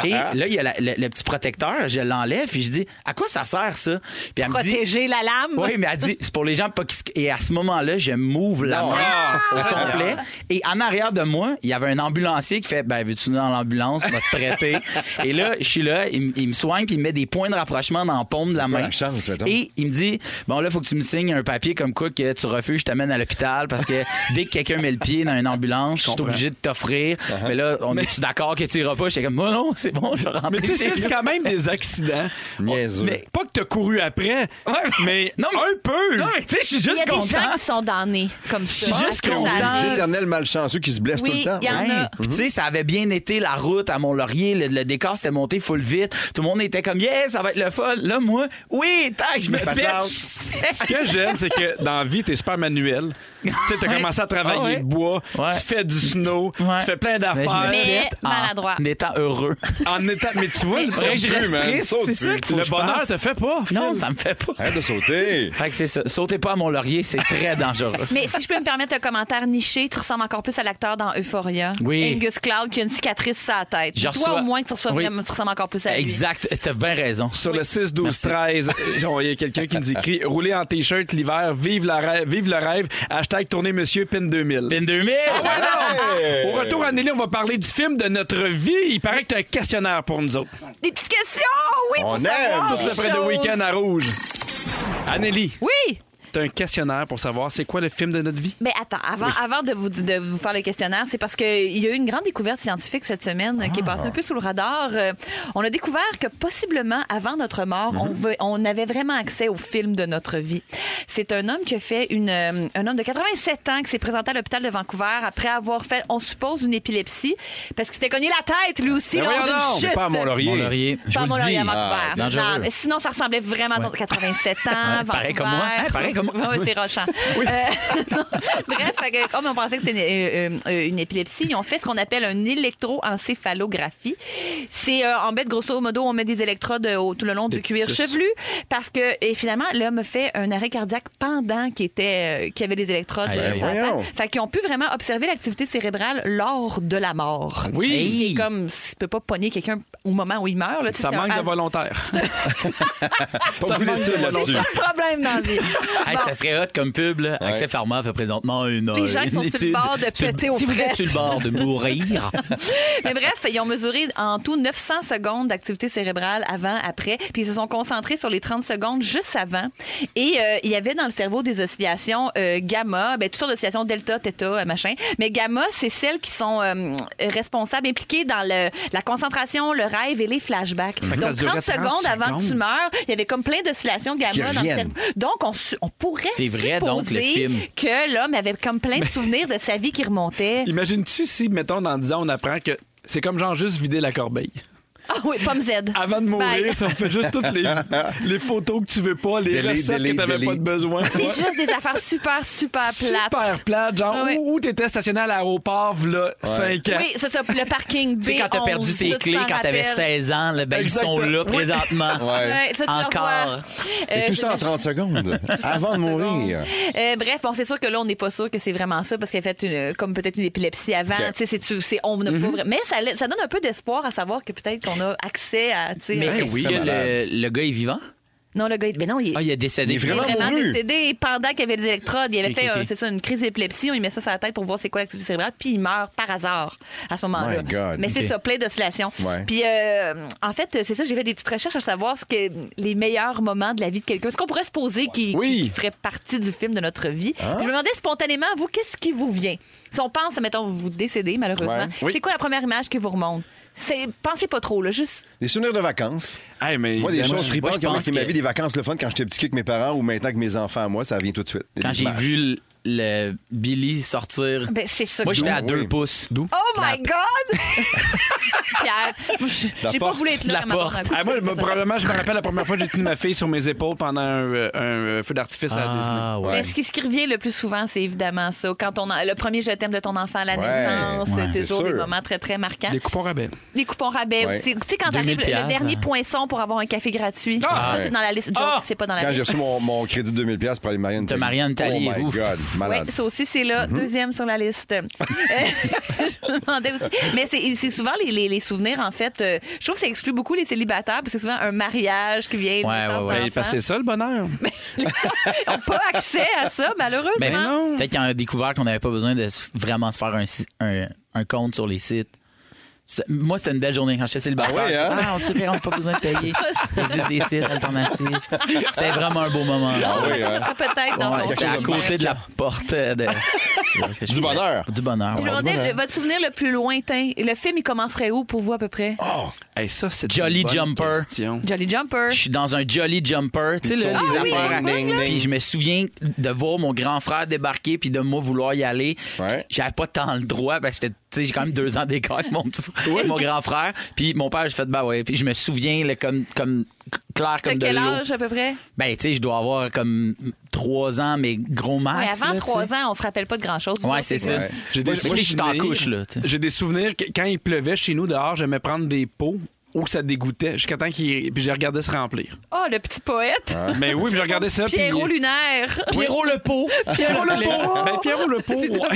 Et là, il y a la- le, le petit protecteur. Je l'enlève, puis je dis, à quoi ça sert, ça? Puis elle me dit,
Protéger la lame.
[laughs] oui, mais elle dit, c'est pour les gens pas qui se- Et à ce moment-là, je m'ouvre la
Non.
main
Ah,
au complet. Et en arrière de moi, il y avait un ambulancier qui fait, ben, veux-tu venir dans l'ambulance, on va te traiter. et là, je suis là, il, m- il me soigne, puis il me met des points de rapprochement dans la paume de la main.
la chance, mettons?
Et il me dit, bon, là, faut que tu me signes un papier comme quoi que tu refuses, je t'amène à l'hôpital parce que dès que quelqu'un met le pied dans une ambulance, je suis obligé de t'offrir. Mais là, on est-tu d'accord que tu iras pas? J'étais comme, oh non, c'est bon, je rentre.
Mais tu sais, c'est quand même des accidents.
Niaiseux.
Mais pas que t'as couru après, mais,
Non, mais-
un peu.
Non, mais tu sais, je suis
Il y
juste
a des gens
content.
qui sont damnés comme ça.
Je suis juste
Ça
content.
arrive.
Les éternels malchanceux qui se blessent
Oui,
tout le temps. hein?
il y en a.
Puis, tu sais, ça avait bien été la route à Mont-Laurier. Le, le décor s'était monté full vite. Tout le monde était comme, yeah, ça va être le fun. Là, moi, oui, tac, je me
Pas de
pète.
Ce que j'aime, c'est que dans la vie, t'es super manuel. Tu sais, t'as commencé à travailler
Ah ouais.
le bois,
Ouais.
tu fais du snow,
Ouais.
tu fais plein
je me
d'affaires.
Mais
pète Ah.
maladroit.
En étant [laughs] heureux.
En état, mais tu vois, le,
Faudrait que je
plus,
reste
man.
triste.
Saute
C'est ça
plus.
qu'il faut
le
que je
bonheur
fasse.
te fait pas. Phil.
Non, ça me fait pas.
Arrête de
[laughs]
sauter.
Fait que c'est ça. Sautez pas à Mont-Laurier, c'est très [laughs] dangereux.
Mais si je peux me permettre un commentaire niché, tu ressembles encore plus à l'acteur dans Euphoria.
Oui.
Angus Cloud qui a une cicatrice sur la tête.
Je
Toi,
reçois-
au moins, que tu, reçois
Oui.
vraiment- tu ressembles encore plus à lui.
Exact. T'as bien raison.
Sur le 6, 12, [laughs] 13, il y a quelqu'un qui nous écrit Rouler en t-shirt l'hiver, vive, la rêve- vive le rêve, hashtag tourner monsieur PIN Ah 2000.
Pin 2000. [laughs]
Ah,
Hey!
Au
Euh,
retour, Anneli, on va parler du film de notre vie. Il paraît que tu un questionnaire pour nous autres.
Des petites questions, oui,
On
pour
aime.
savoir
Tous
Tout
Ah, des
le près de
choses.
week-end à rouge. Anneli,
Oui!
T'as un questionnaire pour savoir c'est quoi le film de notre vie.
Mais Ben, attends, avant, avant de, vous, de vous faire le questionnaire, c'est parce qu'il y a eu une grande découverte scientifique cette semaine euh, qui est
Ah.
passée un peu sous le radar. Euh, on a découvert que possiblement, avant notre mort,
Mhm.
on, ve- on avait vraiment accès au film de notre vie. C'est un homme qui a fait une. euh, un homme de 87 ans qui s'est présenté à l'hôpital de Vancouver après avoir fait, on suppose, une épilepsie parce qu'il s'était cogné la tête, lui aussi,
Ben
Mais
lors
voyons
d'une
donc!
chute.
Pas à Mont-Laurier.
Mont-Laurier. Je vous
Pas à
le
Mont-Laurier, à
dis.
Vancouver.
Ah, dangereux.
Non, mais sinon, ça ressemblait vraiment à 87 ans.
Ouais, pareil
Vancouver.
comme moi. Hein, pareil comme moi.
Ouais, ouais, c'est rochant. Euh, [laughs] non, bref, fait que comme on pensait que c'était une, euh, euh, une épilepsie, ils ont fait ce qu'on appelle un électroencéphalographie. C'est, euh, en bête, grosso modo, on met des électrodes euh, au- tout le long du cuir
petites
chevelu parce que, et finalement, l'homme fait un arrêt cardiaque pendant qu'il était, euh, qu'il avait des électrodes.
Aïe,
euh,
aïe,
sur la
aïe.
tête.
Voyons.
Fait qu'ils ont pu vraiment observer l'activité cérébrale lors de la mort.
Oui.
Et qui est comme, tu peux pas pogner quelqu'un au moment où il meurt. Là, tu sais,
Ça
c'est un
manque de
hasard. [laughs]
volontaires. [laughs]
Pas beaucoup d'études là-dessus.
problème dans la vie.
Hey, ça serait hot comme pub. là. Accès Pharma fait présentement une.
Les gens qui
une
sont sur le
étude
bord de
sur-
péter aux
Si vous êtes sur
frettes.
le bord de [laughs] mourir,
[laughs] Mais bref, ils ont mesuré en tout 900 secondes d'activité cérébrale avant, après, puis ils se sont concentrés sur les 30 secondes juste avant. Et euh, il y avait dans le cerveau des oscillations euh, gamma, ben, toutes sortes d'oscillations delta, theta, euh, machin. Mais gamma, c'est celles qui sont euh, responsables, impliquées dans le- la concentration, le rêve et les flashbacks.
que ça
Donc 30,
durait 30
secondes avant que tu
secondes.
meurs, il y avait comme plein d'oscillations gamma
Qui
dans le
reviennent.
cerveau. Donc on, su- on pourrait
C'est vrai,
supposer
donc, le film.
que l'homme avait comme plein de souvenirs de sa vie
[laughs]
qui remontaient.
Imagines-tu si, mettons, dans 10 ans, on apprend que c'est comme genre juste vider la corbeille.
Ah oui, pomme Z.
Avant de
Bye.
mourir, ça fait juste toutes les, les photos que tu veux pas, les
Delete,
recettes
delete,
que t'avais pas de
delete. [laughs]
besoin.
C'est juste des affaires super, super plates.
Super plate, genre
Ouais.
où, où t'étais stationné à l'aéroport, là, 5 ans.
Oui, c'est ça, le parking B.
tu sais, quand t'as perdu tes clés, quand t'avais 16 ans, là, ben, ils
Exactement.
sont là
Oui.
présentement.
Ouais.
Encore.
Et tout ça en 30 secondes, avant de mourir.
Euh, bref, bon, c'est sûr que là, on n'est pas sûr que c'est vraiment ça parce qu'il a fait une, comme peut-être une épilepsie avant.
Ok.
Tu sais, c'est- tu- c'est- on n'a pas
Mm-hmm.
vrai- Mais ça, la- ça donne un peu d'espoir à savoir que peut-être qu'on a accès à. tu sais,
Mais
euh,
est-ce
oui.
que le, le gars est vivant?
Non, le gars, il- ben non, il,
Ah, il a décédé.
Il est vraiment
il est vraiment
mouru.
décédé pendant qu'il y avait des électrodes. Il avait
Ok,
fait
ok,
un-
ok.
c'est ça, une crise d'épilepsie. On lui met ça sur la tête pour voir c'est quoi l'activité cérébrale. Puis il meurt par hasard à ce moment-là.
My God.
Mais c'est
Ok.
ça, plein d'oscillations.
Ouais.
Puis euh, en fait, c'est ça, j'ai fait des petites recherches à savoir ce que les meilleurs moments de la vie de quelqu'un. Ce qu'on pourrait se poser qui,
Oui.
qui- qui ferait partie du film de notre vie. Je me demandais spontanément, vous, qu'est-ce qui vous vient? Si on pense, mettons, vous décédez malheureusement,
Ouais.
Oui.
c'est quoi la première image qui vous remonte? C'est, pensez pas trop, là, juste
Des souvenirs de vacances.
Hey, mais
Moi, des
évidemment,
choses
je-
tripantes
moi, je
qui ont
pense
été ma
que-
vie, des vacances, le fun quand j'étais petit avec mes parents ou maintenant que mes enfants à moi, ça vient tout de suite.
Quand
Des
j'ai
images.
vu le, le Billy sortir.
Ben, c'est ça
Moi,
que-
j'étais à
Oui.
deux pouces. D'où?
Oh my God! [laughs] Pierre, moi, je-
La
j'ai pas
porte.
voulu être là.
La
quand ma porte
porte.
a coupé.
Ah, moi, moi, probablement, je me rappelle la première fois que j'ai tenu ma fille sur mes épaules pendant un, euh, un, euh, feu d'artifice à Disney.
Ah, ouais.
Mais ce qui, ce qui revient le plus souvent, c'est évidemment ça. Quand on a- le premier je t'aime de ton enfant à la
Ouais,
naissance,
ouais.
c'est
C'est
toujours des
sûr.
moments très, très marquants.
Des coupons rabais.
Les coupons rabais
Ouais.
aussi. Tu sais, quand
2000
t'arrives le
piastres,
dernier
hein.
poinçon pour avoir un café gratuit,
Ah!
ça, c'est dans la liste. Joke,
Ah!
c'est pas dans la
Quand j'ai
liste.
reçu mon, mon crédit de 2000$ pour aller marier une
De marier en Italie,
Oh my
ouf.
God, malade. Mhm.
Oui, ça aussi, c'est là, deuxième sur
[laughs]
la liste. Euh, [laughs] je me demandais aussi. Mais c'est c'est souvent les, les- les souvenirs, en fait. euh, je trouve que ça exclut beaucoup les célibataires, parce que c'est souvent un mariage qui vient. une
Ouais,
naissance
ouais, ouais.
d'enfant.
Ben, parce que c'est ça le bonheur.
Ils n'ont pas accès à ça, malheureusement.
Ben,
non.
Peut-être qu'on a découvert qu'on n'avait pas besoin de s- vraiment se faire un, si- un- un compte sur les sites. C'est- Moi, c'était une belle journée quand j'étais célibataire.
Ah ouais, hein?
ah on s'est fait, on n'a pas besoin de
[laughs]
payer. Il existe des sites alternatifs. C'était vraiment un beau moment.
En Ah, fait,
oui,
ça, ça sera peut-être dans
hein. Ouais,
ton
c'était à
souvenir.
côté de la porte euh,
[laughs]
de-
Du bonheur.
Du bonheur.
Je me
ouais.
demandais le- votre souvenir le plus lointain. Le film, il commencerait où pour vous à peu près?
Oh.
Hey, ça, c'est
Jolly
une bonne
Jumper.
question.
Jolly Jumper.
Je suis dans un Jolly Jumper. Tu sais, là,
Ah
les
oui,
affaires.
ding, ding, ding.
Puis je me souviens de voir mon grand frère débarquer puis de moi vouloir y aller.
Ouais.
J'avais pas tant le droit parce que tu sais, j'ai quand même deux ans d'écart avec mon, petit- mon grand frère. Puis mon père, j'ai fait bah ouais. Puis je me souviens là, comme, comme clair
T'as
comme de
quel
l'eau.
âge à peu près?
Ben, tu sais, je dois avoir comme trois ans, mais gros
Ouais,
max.
avant
Ah, là, tu sais.
3 ans, on se rappelle pas de grand-chose.
Ouais, c'est ça.
Ouais.
J'ai des
Moi, je suis en
souvenirs-
couche, là. tu sais.
J'ai des souvenirs que quand il pleuvait chez nous dehors, j'aimais prendre des pots où ça dégoûtait jusqu'à temps qu'il. Puis j'ai regardé se remplir.
Oh, le petit poète.
Mais oui, puis j'ai regardé ça. puis-
Pierrot lunaire. [laughs]
Pierrot le pot. [laughs]
Pierrot le
Ah,
pot. Ben, Pierrot le pot. ouais.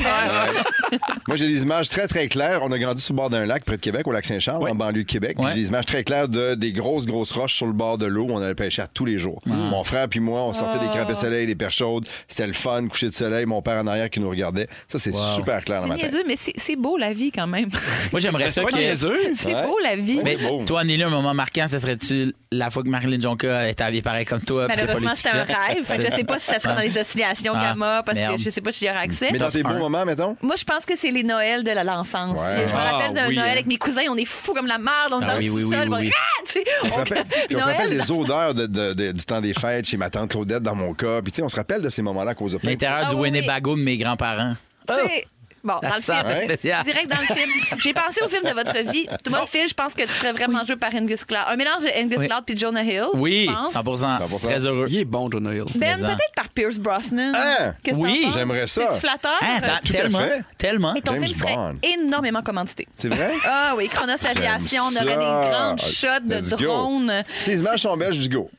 Moi, j'ai des images très, très claires. On a grandi sur le bord d'un lac près de Québec, au lac Saint-Charles, en banlieue de Québec. Puis
Ouais.
J'ai des images très claires de des grosses, grosses roches sur le bord de l'eau. On allait pêcher à tous les jours.
Mm.
Mon frère puis moi, on sortait
Ah.
des crêpes de soleil, des perches chaudes. C'était le fun, coucher de soleil. Mon père en arrière qui nous regardait. Ça, c'est super clair dans
ben,
C'est
ma tête.
niaiseux, mais c'est c'est beau la vie quand même. [laughs]
Moi, j'aimerais ça
Ben, pas
que.
niaiseux.
C'est
Ouais.
beau la vie.
Ouais, c'est beau.
Toi, Nelly, un moment marquant, ce serait-tu la fois que Marilyn Jonka est habillée pareil comme toi? puis
Malheureusement,
t'as
c'est
pas
un
les petits
rêve. Fait que je sais pas si ça sera dans les oscillations
Ah,
gamma parce
merde.
que je sais pas si j'y aurai accès.
Mais dans tes
Top
beaux
un.
moments, mettons.
Moi, je pense que c'est les Noëls de la- l'enfance.
Ouais.
Je me
Ah,
rappelle d'un
oui,
Noël
hein.
avec mes cousins, on est fous comme la merde, on
Ah
danse
oui, oui,
tout
oui,
seul.
oui, oui.
on- tu sais,
On se
[laughs]
rappelle, puis on se
Noël.
rappelle les odeurs de- de- de- du temps des fêtes chez ma tante Claudette, dans mon cas. Puis, tu sais, on se rappelle de ces moments-là à cause de plein de-
L'intérieur
Ah
du
oui, oui.
Winnebago de mes grands-parents.
Tu sais, Bon, dans
Ça
le
sent
film.
hein? spécial.
Direct dans le film. J'ai pensé au film de votre
[laughs]
vie. Tout le monde, Phil, je pense que tu serais vraiment joué par Angus Cloud. Un mélange de Angus
Oui.
Cloud puis Jonah Hill.
Oui,
je pense.
100%.
100%.
Très heureux.
Il est bon, John Hill.
Ben,
Mais en-
peut-être par Pierce Brosnan.
Hein?
Qu'est-ce que
Oui,
t'en penses?
j'aimerais ça.
C'est-tu flatteur.
Hein, t'as-
tout à
tellement,
fait.
tellement.
Mais ton
James
film serait
Bond.
énormément commandité.
C'est vrai?
Ah oui, Chronos Aviation, on
J'aime
aurait des
ça.
grandes shots de
Let's go.
drones. [laughs]
Si les images sont belles, je dis go.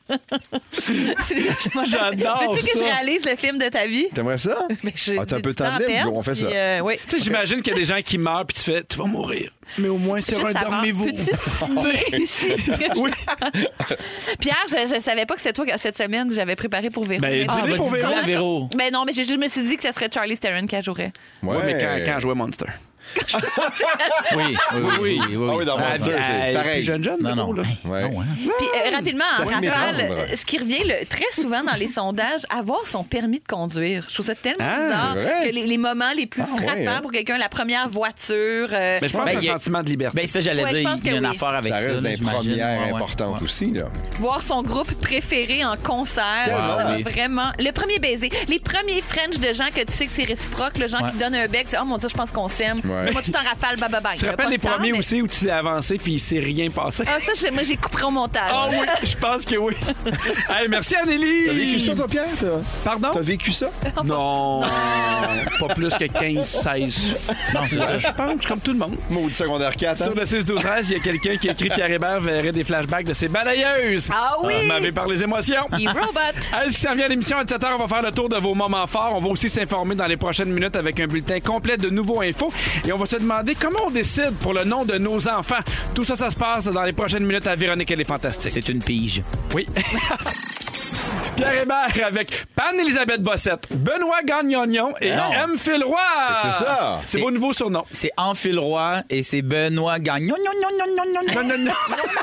J'adore
Veux-tu ben, que je
ça.
réalise le film de ta vie?
T'aimerais ça?
[laughs] Mais j'ai-
Ah, t'as un
j'ai
peu
du
de temps
à
de libre?
perdre,
Go, on fait
puis,
ça.
euh, oui.
Tu sais, j'imagine qu'il y a des gens qui meurent, puis tu fais, tu vas mourir. Mais au moins, c'est
Juste
un
avant,
dormez-vous.
Peux-tu signer [laughs] ici?
Oui.
Pierre, je ne savais pas que c'est toi que cette semaine que j'avais préparé pour Véro.
Ben,
Mais-
dis-le
Ah,
pour
vas-y,
Véro.
dis-le.
Véro.
Ben non, mais j'ai- je me suis dit que ce serait Charlie Theron qui la jouerait.
Ouais, mais quand, quand elle jouait Monster.
Oui, oui, oui. oui, oui, oui.
Ah oui, dans
Ah,
mon
bien.
c'est c'est
Puis
pareil.
jeune, jeune,
Non, non.
là.
Hey,
Ouais.
non, hein.
Puis euh, rapidement, en
assez
rafale,
mémorable.
euh, ce qui revient le- très souvent dans les sondages, avoir son permis de conduire. Je trouve ça tellement
Ah,
bizarre
c'est vrai?
que les, les moments les plus
Ah, ouais,
frappants
hein.
pour quelqu'un, la première voiture. euh,
Mais je pense
Ben,
que
il
c'est
y
un
a-
sentiment de liberté.
Ben ça, j'allais
Ouais, je
dire,
pense
il y a
que
une
oui.
affaire avec
Ça
ça.
reste
là,
des
j'imagine.
premières
Ouais, ouais,
importantes
ouais.
aussi. Là.
voir son groupe préféré en concert.
Tellement.
Ça,
oui.
Vraiment. Le premier baiser. Les premiers French de gens que tu sais que c'est réciproque. Le gens
Ouais.
qui donne un bec. tu sais, Oh mon Dieu, je pense qu'on s'aime.
Ouais.
Moi, tout en rafale, bye bye bye.
Tu te rappelles les premiers aussi où tu l'as avancé, puis il s'est rien passé?
Ah, ça, j'ai- moi, j'ai coupé au montage.
Ah
[laughs]
oui, je pense que oui. [laughs] hey, merci Anneli.
T'as vécu ça, toi, Pierre? T'as-
Pardon?
Oh.
T'as vécu ça?
Non, pas plus que 15, 16. Non, c'est ça, je pense, comme tout le monde.
Maudit secondaire 4. hein?
Sur le 6-12-13, il y a quelqu'un qui a écrit Pierre Hébert verrait des flashbacks de ses balayeuses.
Ah oui!
Vous m'avez parlé des émotions.
Il robot.
Allez, ce qui s'en vient à l'émission à 17h, on va faire le tour de vos moments forts. On va aussi s'informer dans les prochaines minutes avec un bulletin complet de nouveaux infos. Et on va se demander comment on décide pour le nom de nos enfants. Tout ça, ça se passe dans les prochaines minutes à Véronique Elle est fantastique.
C'est une pige.
Oui. Pierre Hébert avec Anne-Élisabeth Bossette, Benoît Gagnonion et
Non.
M. Filroy.
C'est que c'est ça.
C'est
C'est-
vos nouveaux surnoms.
C'est Enfilroy et c'est Benoît Gagnon. gnon, gnon, gnon, gnon, gnon, gnon, gnon.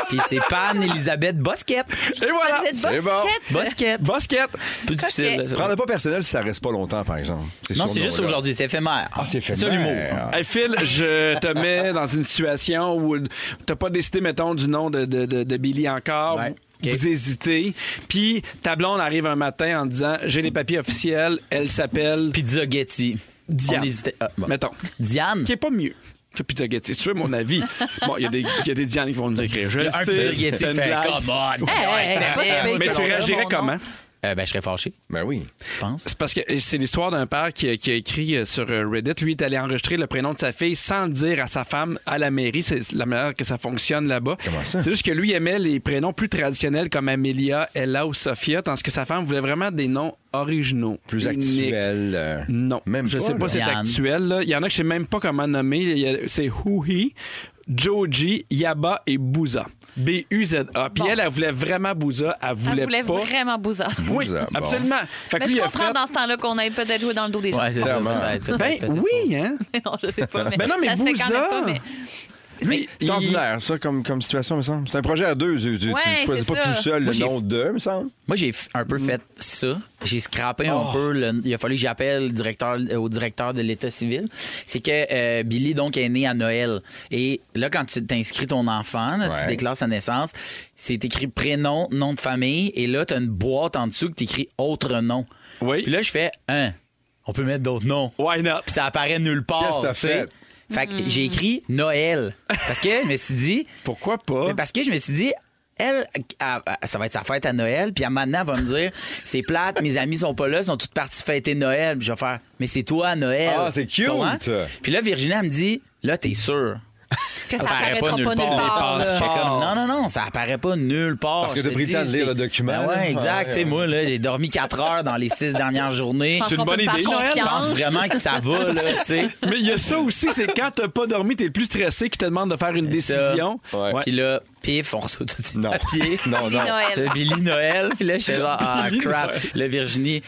Puis c'est Pan-Élisabeth Bosquette.
Et voilà.
Vous êtes
C'est bon.
basket.
Bosquette.
Bosquette.
Plus difficile. là, ça.
Prends-le pas personnel si ça reste pas longtemps, par exemple.
Non,
ce
c'est juste
nom-là.
aujourd'hui. C'est éphémère.
Ah, c'est fait.
ça, l'humour.
mal.
Hey, Phil, je te mets dans une situation où t'as pas décidé, mettons, du nom de, de- de- de Billy encore.
Ouais.
Vous-
Ok.
Vous hésitez. Puis ta blonde arrive un matin en disant J'ai les papiers officiels, elle s'appelle
Pizza Getty.
Diane.
On hésitait. Ah, bon.
Mettons.
Diane.
Qui est pas mieux que Pizza Getty. Si tu veux mon avis,
[laughs]
bon, il y, a des- il y a des Diane qui vont nous écrire. Je
Il y
le
a un
sais,
Pizza Getty
c'est une
fait
blague.
Come on.
Hey, hey, hey,
Ouais,
c'est pas si
Mais
pire
tu
que
réagirais
mon nom.
comment?
Euh, ben, je serais fâché,
Ben oui.
je pense.
C'est parce que c'est l'histoire d'un père qui, a- qui a écrit euh, sur euh, Reddit. Lui est allé enregistrer le prénom de sa fille sans le dire à sa femme à la mairie. C'est la manière que ça fonctionne là-bas.
Comment ça?
C'est juste que lui aimait les prénoms plus traditionnels comme Amelia, Ella ou Sophia, tandis que sa femme voulait vraiment des noms originaux.
Plus
uniques.
actuel. euh,
Non.
Même
je
pas,
sais pas
là.
si c'est
Diane.
actuel. là. Il y en a que je sais même pas comment nommer. Il y a- C'est Houhi, Joji, Yaba et Bouza. B-U-Z-A. Puis elle, elle voulait vraiment Bouza. Elle
Elle
voulait,
voulait
pas.
vraiment bousard.
Oui,
Bouza, bon.
absolument. Fait que
Mais
lui,
je
il a
comprends
fait-
dans ce temps-là qu'on aille peut-être jouer dans le dos des gens.
Ouais, c'est ça.
Clairement.
peut-être, peut-être,
Ben
peut-être.
oui, hein?
[laughs] non, je sais pas. Mais,
Ben non, mais
ça se fait quand
Bouza.
même pas, mais-
Lui,
C'est
il-
ordinaire, ça, comme, comme situation, me semble. C'est un projet à deux. Tu, tu, tu
Ouais,
choisis
c'est
pas
ça.
tout seul
Moi,
le
j'ai-
nom de, me semble.
Moi, j'ai f- un peu
Mm-hmm.
fait ça. J'ai scrappé
Oh.
un peu. le- il a fallu que j'appelle le directeur, euh, au directeur de l'État civil. C'est que euh, Billy, donc, est né à Noël. Et là, quand tu t'inscris ton enfant, là,
Ouais.
tu déclares sa naissance, c'est écrit prénom, nom de famille. Et là, tu as une boîte en dessous que tu écris autre nom.
Oui.
Puis là, je fais un. On peut mettre d'autres noms.
Why not?
Puis ça apparaît nulle part.
Qu'est-ce que t'as
tu sais.
fait?
Fait que j'ai écrit Noël. Parce que je me suis dit,
Pourquoi pas?
mais parce que je me suis dit, elle, elle, elle, ça va être sa fête à Noël, puis à maintenant, elle va me dire, [laughs] c'est plate, mes amis sont pas là, ils sont toutes parties fêter Noël. Puis je vais faire, mais c'est toi à Noël.
Ah, c'est
Tu comprends?
cute.
Puis là, Virginie, elle me dit, là, t'es sûr.
que ça
apparaît
apparaîtra pas nulle part.
Dépasse
là.
pas.
J'étais comme, non, non, non, ça apparaît pas nulle part.
Parce que
Je
t'as
te
pris le
dis,
temps de lire
c'est-
le document,
Ben
Ah, là.
ouais, exact. Tu sais, moi, là, j'ai dormi 4 heures dans les 6 dernières journées.
Je pense
C'est une
qu'on
bonne
peut faire
idée.
confiance.
Je pense vraiment que ça va, là, tu sais.
Mais il y a ça aussi, c'est quand t'as pas dormi, t'es le plus stressé qui te demande de faire une
ça.
décision.
Ouais.
Puis là, pif, on reçoit tout de suite
Non.
papier.
non, non.
Noël.
Euh, de Billy Noël. Puis là, je suis genre, ah,
Billy
crap.
Noël.
Le Virginie.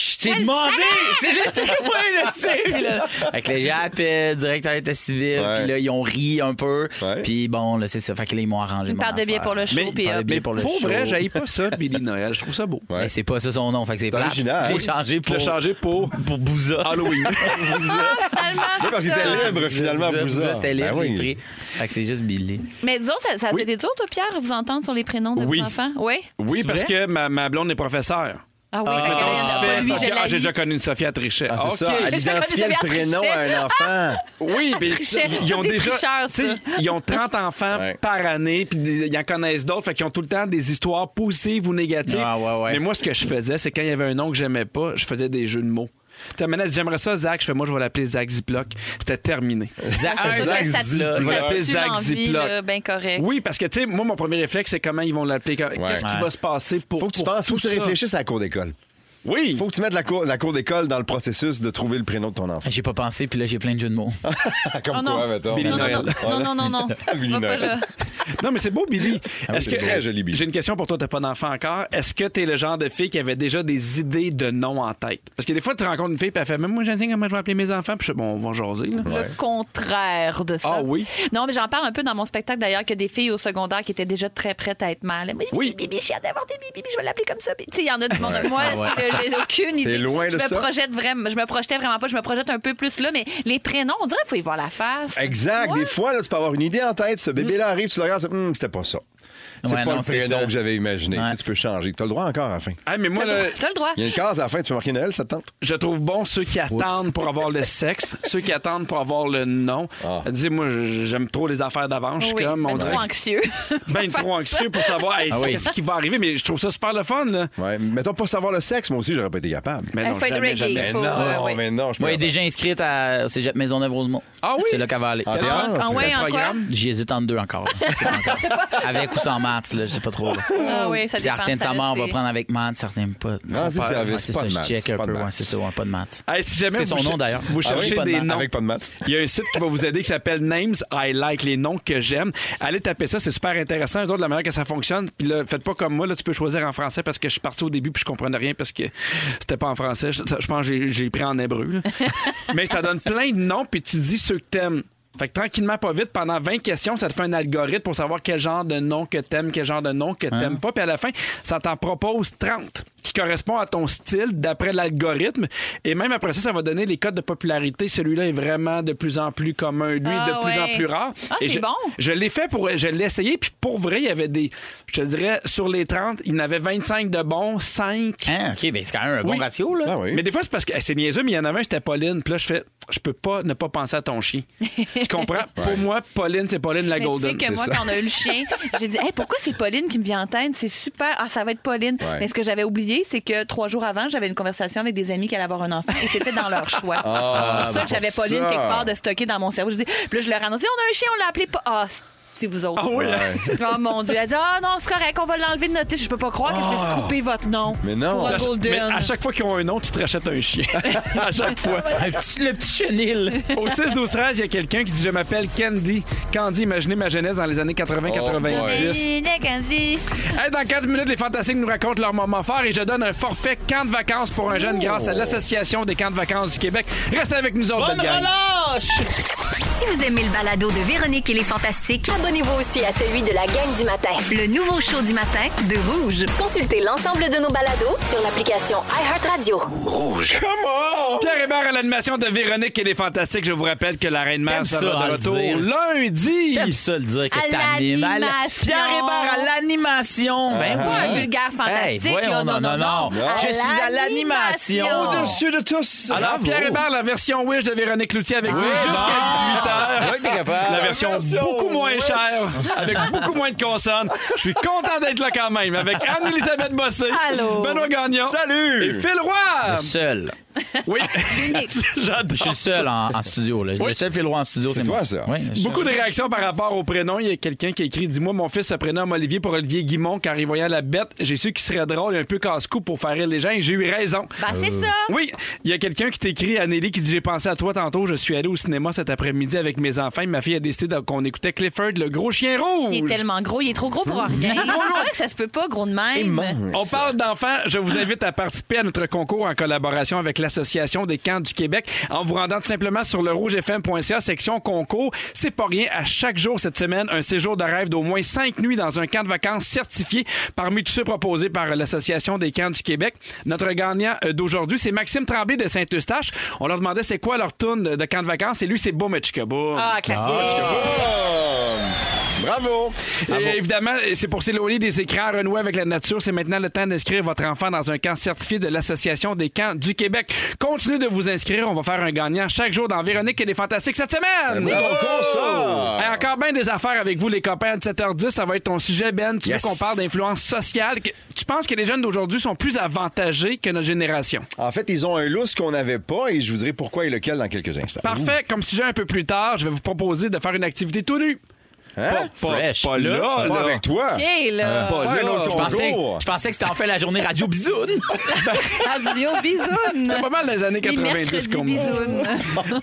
Je t'ai demandé! C'est là, j'étais comme, ouais, je sais. Puis là, fait que là, j'ai appelé direct à l'état civil.
Ouais.
Puis là, ils ont ri un peu.
Ouais.
Puis bon, là, c'est ça. Fait que là, ils m'ont arrangé.
Une
mon
part de biais
affaire.
pour le show,
Mais-
puis
Bien
hop.
Mais
pour le
pour,
show.
vrai, j'aille pas ça, Billy Noël. Je trouve ça beau.
Ouais.
Mais c'est pas ça son nom. Fait que c'est plate.
original.
Je l'ai changé
Je
pour.
l'ai changé pour
[laughs] Pour Bouza. [laughs]
Halloween.
Ah, finalement,
Oui, parce
c'est
qu'il
ça.
était libre, finalement,
Bouza,
Bouza.
Bouza, c'était libre,
Ben
j'ai
oui.
pris. Fait que c'est juste Billy.
Mais disons, ça, ça c'était dur, toi, Pierre, vous entendre sur les prénoms de
Oui.
vos enfants? Oui.
Oui,
C'est
parce
vrai?
que ma, ma blonde est professeure.
Ah oui,
Ah,
fait que là, il y en a
tu
pas,
fais
lui,
ça.
je
Sophia-
l'ai.
Ah, j'ai déjà connu une Sophie à Trichet.
Ah,
[laughs]
c'est
OK.
ça, elle
[laughs] Je connais
identifiait le
ça bien.
prénom à un enfant.
[laughs]
Oui, puis
trichait.
ils ont
Des
déjà,
tricheurs,
tu sais,
ça.
ils ont 30 enfants
Ouais.
par année, puis des- ils en connaissent d'autres, fait qu'ils ont tout le temps des histoires positives ou négatives.
Ah, ouais, ouais.
Mais moi, ce que je faisais, c'est quand il y avait un nom que j'aimais pas, je faisais des jeux de mots. Tu sais, maintenant, j'aimerais ça, Zach. Je fais, moi, je vais l'appeler Zach Ziploc. C'était terminé.
Zach,
Ah, ça,
Zach
ça- ça-
Ziploc.
ça
Je
m'appelle
tue
Zach
l'envie,
Ziploc.
là, Ben correct.
Oui, parce que, tu sais, moi, mon premier réflexe, c'est comment ils vont l'appeler. Qu'est-ce
Ouais.
qui va se passer pour.
Faut que tu
pour
penses, faut
tout
que tu
ça?
réfléchisses à la cour d'école.
Oui.
Faut que tu mettes la cour, la cour d'école dans le processus de trouver le prénom de ton enfant.
J'ai pas pensé, puis là, j'ai plein de jeux de mots.
Comme
Oh non.
quoi, mettons.
Billy
Non, non, non,
Noël.
non,
[laughs]
non, non, non.
Billy
Va pas
Noël.
là.
Non, mais c'est beau, Billy.
Ah oui,
Est-ce
c'est
que- euh,
très joli, Billy.
J'ai une question pour toi, t'as pas d'enfant encore. Est-ce que t'es le genre de fille qui avait déjà des idées de noms en tête? Parce que des fois, tu rencontres une fille, puis elle fait, même moi, je sais comment je vais appeler mes enfants, puis je bon, on va jaser, là.
Le contraire de ça.
Ah oui?
Non, mais j'en parle un peu dans mon spectacle d'ailleurs que des filles au secondaire qui étaient déjà très prêtes à être mal. Mais
Oui.
Bibi, j'ai hâte d'avoir des bibi, je vais l'appeler comme ça. Puis, Tu sais, il y en a du monde. Moi,
Ah
c'est que j'ai
[laughs]
aucune idée.
loin de
je me
ça.
Projette vraiment, je me projetais vraiment pas. Je me projette un peu plus là, mais les prénoms, on dirait qu'il faut y voir la face.
Exact.
Tu vois?
Des fois, là, tu peux avoir une idée en tête. Ce bébé-là arrive, tu le regardes, c'est, Hum, c'était pas ça. C'est
Ouais,
pas
non,
le
c'est
prénom
ça.
que j'avais imaginé.
Ouais.
Tu sais, Tu peux changer. Tu as le droit encore à la fin.
Ah, mais moi,
T'as
là,
le- t'as le droit.
Il y a une case à la fin, tu peux marquer Noël, ça te tente?
je trouve bon ceux qui attendent pour avoir le sexe, ceux qui attendent pour avoir le nom.
Ah.
Dis-moi, je- j'aime trop les affaires d'avance. Je suis
Oui,
comme, on
ben,
dirait
trop anxieux.
que- [laughs] ben trop anxieux pour savoir hey,
Ah oui.
qu'est-ce qui va arriver, mais je trouve ça super le fun, là.
Ouais. Mettons, pas savoir le sexe, moi aussi, j'aurais pas été capable.
Mais
Elle
non,
fait
jamais,
reggae.
jamais.
Mais
faut,
non,
euh, ouais.
mais non, je peux
Moi, elle est
pas.
déjà inscrite à, au cégep Maisonneuve-Rosemont.
Ah oui?
C'est là qu'elle va aller.
En théâtre?
En ah, ouais, en quoi?
Programme.
J'y hésite entre deux
[laughs]
encore. là. Je sais pas encore. avec ou sans maths, là, je sais pas trop. là.
Ah oui, ça
si elle
dépend,
retient de
ça
sa
le
mort, on va
sait.
prendre avec maths, ça retient pas.
Non, si, c'est avec-
Ouais, c'est
pas
ça,
de
je
maths,
check
c'est
un
pas
peu.
de
ouais,
maths.
c'est ça, ouais, pas de maths.
Hey, si jamais
C'est
vous
son
cher-
nom, d'ailleurs.
Vous
Ah oui,
cherchez
pas de
des
maths.
noms. Ah.
Avec pas de maths.
Il y a un site qui va vous aider qui s'appelle Names I Like, les noms que j'aime. Allez taper ça, c'est super intéressant. Eux autres, la manière que ça fonctionne. Puis là, faites pas comme moi, là, tu peux choisir en français parce que je suis parti au début puis je comprenais rien parce que c'était pas en français. Je, ça- je pense que j'ai- j'ai pris en hébreu. là. Mais ça donne plein de noms puis tu dis ceux que t'aimes. Fait que tranquillement, pas vite, pendant 20 questions, ça te fait un algorithme pour savoir quel genre de nom que t'aimes, quel genre de nom que t'aimes pas. Puis à la fin, ça t'en propose 30 qui correspond à ton style d'après l'algorithme. Et même après ça, ça va donner les codes de popularité. Celui-là est vraiment de plus en plus commun. Lui,
Ah
de plus
ouais.
en plus rare.
Ah,
Et
c'est
je-
bon.
Je l'ai fait pour. Je l'ai essayé, puis pour vrai, il y avait des. Je te dirais, sur les 30, il y en avait 25 de bons, 5
Hein, OK, ben c'est quand même un bon
Oui.
ratio, là.
Ah oui.
mais des fois, c'est parce que hey, c'est niaiseux, mais il y en avait un, c'était Pauline. Puis là, je fais, je peux pas ne pas penser à ton chien. tu
[laughs]
comprends? Pour moi, Pauline, c'est Pauline la
Mais
Golden. c'est
Tu sais que moi,
ça.
quand on a eu le chien, j'ai dit Hey, pourquoi c'est Pauline qui me vient en tête? C'est super. Ah, ça va être Pauline.
Ouais.
Mais ce que j'avais oublié, c'est que trois jours avant, j'avais une conversation avec des amis qui allaient avoir un enfant et c'était dans
[laughs]
leur choix. c'est pour ça que j'avais
Ah, ben pour
Pauline
ça.
quelque part de stocker dans mon cerveau. Je dis, puis là, je leur annonçais On a un chien, on l'a appelé pas. Ah, c'est vous autres.
Ah oui, hein?
[laughs] Oh mon Dieu. Elle dit Ah non, c'est correct, on va l'enlever de notre liste. Je peux pas croire que je vais couper votre nom.
Ah. Mais non.
Pour un
Mais-
Mais
Golden.
à chaque fois qu'ils ont un nom, tu te rachètes un chien. [laughs] à chaque fois.
[laughs] Un petit- le petit chenil.
Au 6 12 13, il y a quelqu'un qui dit je m'appelle Candy. Candy, imaginez ma jeunesse dans les années 80 90. Hey, dans 4 minutes, les fantastiques nous racontent leur moment fort et je donne un forfait camp de vacances pour un jeune grâce à l'association des camps de vacances du Québec. Restez avec nous autres, belle gang.
Si vous aimez le balado de Véronique et les Fantastiques,
Abonnez-vous aussi à celui de la gang du matin.
le nouveau show du matin de Rouge.
Consultez l'ensemble de nos balados sur l'application iHeartRadio.
Oh!
Pierre Hébert à l'animation de Véronique et les Fantastiques. Je vous rappelle que la Reine Mère
T'aimes
sera
ça,
de
à le
retour
dire.
lundi.
T'aimes ça le dire
À
que t'animes. À la-
l'animation.
Pierre Hébert à l'animation. Ben oui.
Pas un vulgaire fantastique,
Hey, voyons,
là,
non, non, non.
non.
Je
À
suis à l'animation.
l'animation.
Au-dessus de tous.
Alors,
Bravo.
Pierre Hébert, la version Wish de Véronique Loutier avec vous jusqu'à 18
Ah, tu vois
h
que t'es capable.
La version,
version
beaucoup moins
Wish.
chère, avec beaucoup moins de consonnes. Je suis content d'être là quand même avec Anne-Elisabeth Bossé,
Allô.
Benoît Gagnon
Salut.
et Phil Roy.
Le seul.
Oui.
Je suis le seul en, en studio. Là.
Oui.
Le seul Philroy en studio, c'est
toi,
moi.
ça.
Oui, je suis
Beaucoup de réactions par rapport au prénom. Il y a quelqu'un qui a écrit Dis-moi, mon fils se prénomme Olivier pour Olivier Guimont car il voyait la bête. J'ai su qu'il serait drôle et un peu casse-cou pour faire rire les gens et j'ai eu raison.
Ben, c'est
Euh.
ça.
Euh, Oui, il y a quelqu'un qui t'écrit, Anneli, qui dit J'ai pensé à toi tantôt. Je suis allé au cinéma cet après-midi avec mes enfants. et Ma fille a décidé qu'on écoutait Clifford, le gros chien rouge.
Il est tellement gros, il est trop gros pour
Mmh. [laughs]
rien. C'est vrai que ça se peut pas, gros de même.
On parle d'enfants. Je vous invite à participer à notre concours en collaboration avec l'Association des camps du Québec en vous rendant tout simplement sur le rougefm.ca, section concours. C'est pas rien. À chaque jour cette semaine, un séjour de rêve d'au moins cinq nuits dans un camp de vacances certifié parmi tous ceux proposés par l'Association des camps du Québec. Notre gagnant euh, d'aujourd'hui, c'est Maxime Tremblay de Saint-Eustache. On leur demandait c'est quoi leur tune de camp de vacances et lui, c'est Boum et Chicaboum.
Ah, classique.
Bravo!
Et évidemment, c'est pour s'éloigner des écrans, renouer avec la nature. C'est maintenant le temps d'inscrire votre enfant dans un camp certifié de l'Association des camps du Québec. Continuez de vous inscrire. On va faire un gagnant chaque jour dans Véronique et les Fantastiques cette semaine.
Ben Oui. Bravo, con, ça!
Et encore bien des affaires avec vous, les copains. À 17h10, ça va être ton sujet, Ben. Tu
Yes.
veux qu'on parle d'influence sociale. Que- Tu penses que les jeunes d'aujourd'hui sont plus avantagés que notre génération?
En fait, ils ont un lousse qu'on n'avait pas et je vous dirai pourquoi et lequel dans quelques instants.
Parfait. Comme sujet un peu plus tard, je vais vous proposer de faire une activité tout nu.
Hein?
Pas,
Fresh.
pas là,
Pas
là.
avec toi!
[laughs]
OK, là.
Pas
Pas un
là.
autre
Je pensais,
concours.
je pensais que c'était en fait la journée radio
[laughs]
bisoune.
Adieu, bisous.
C'était pas mal les années 90
mercredi,
qu'on
bisous.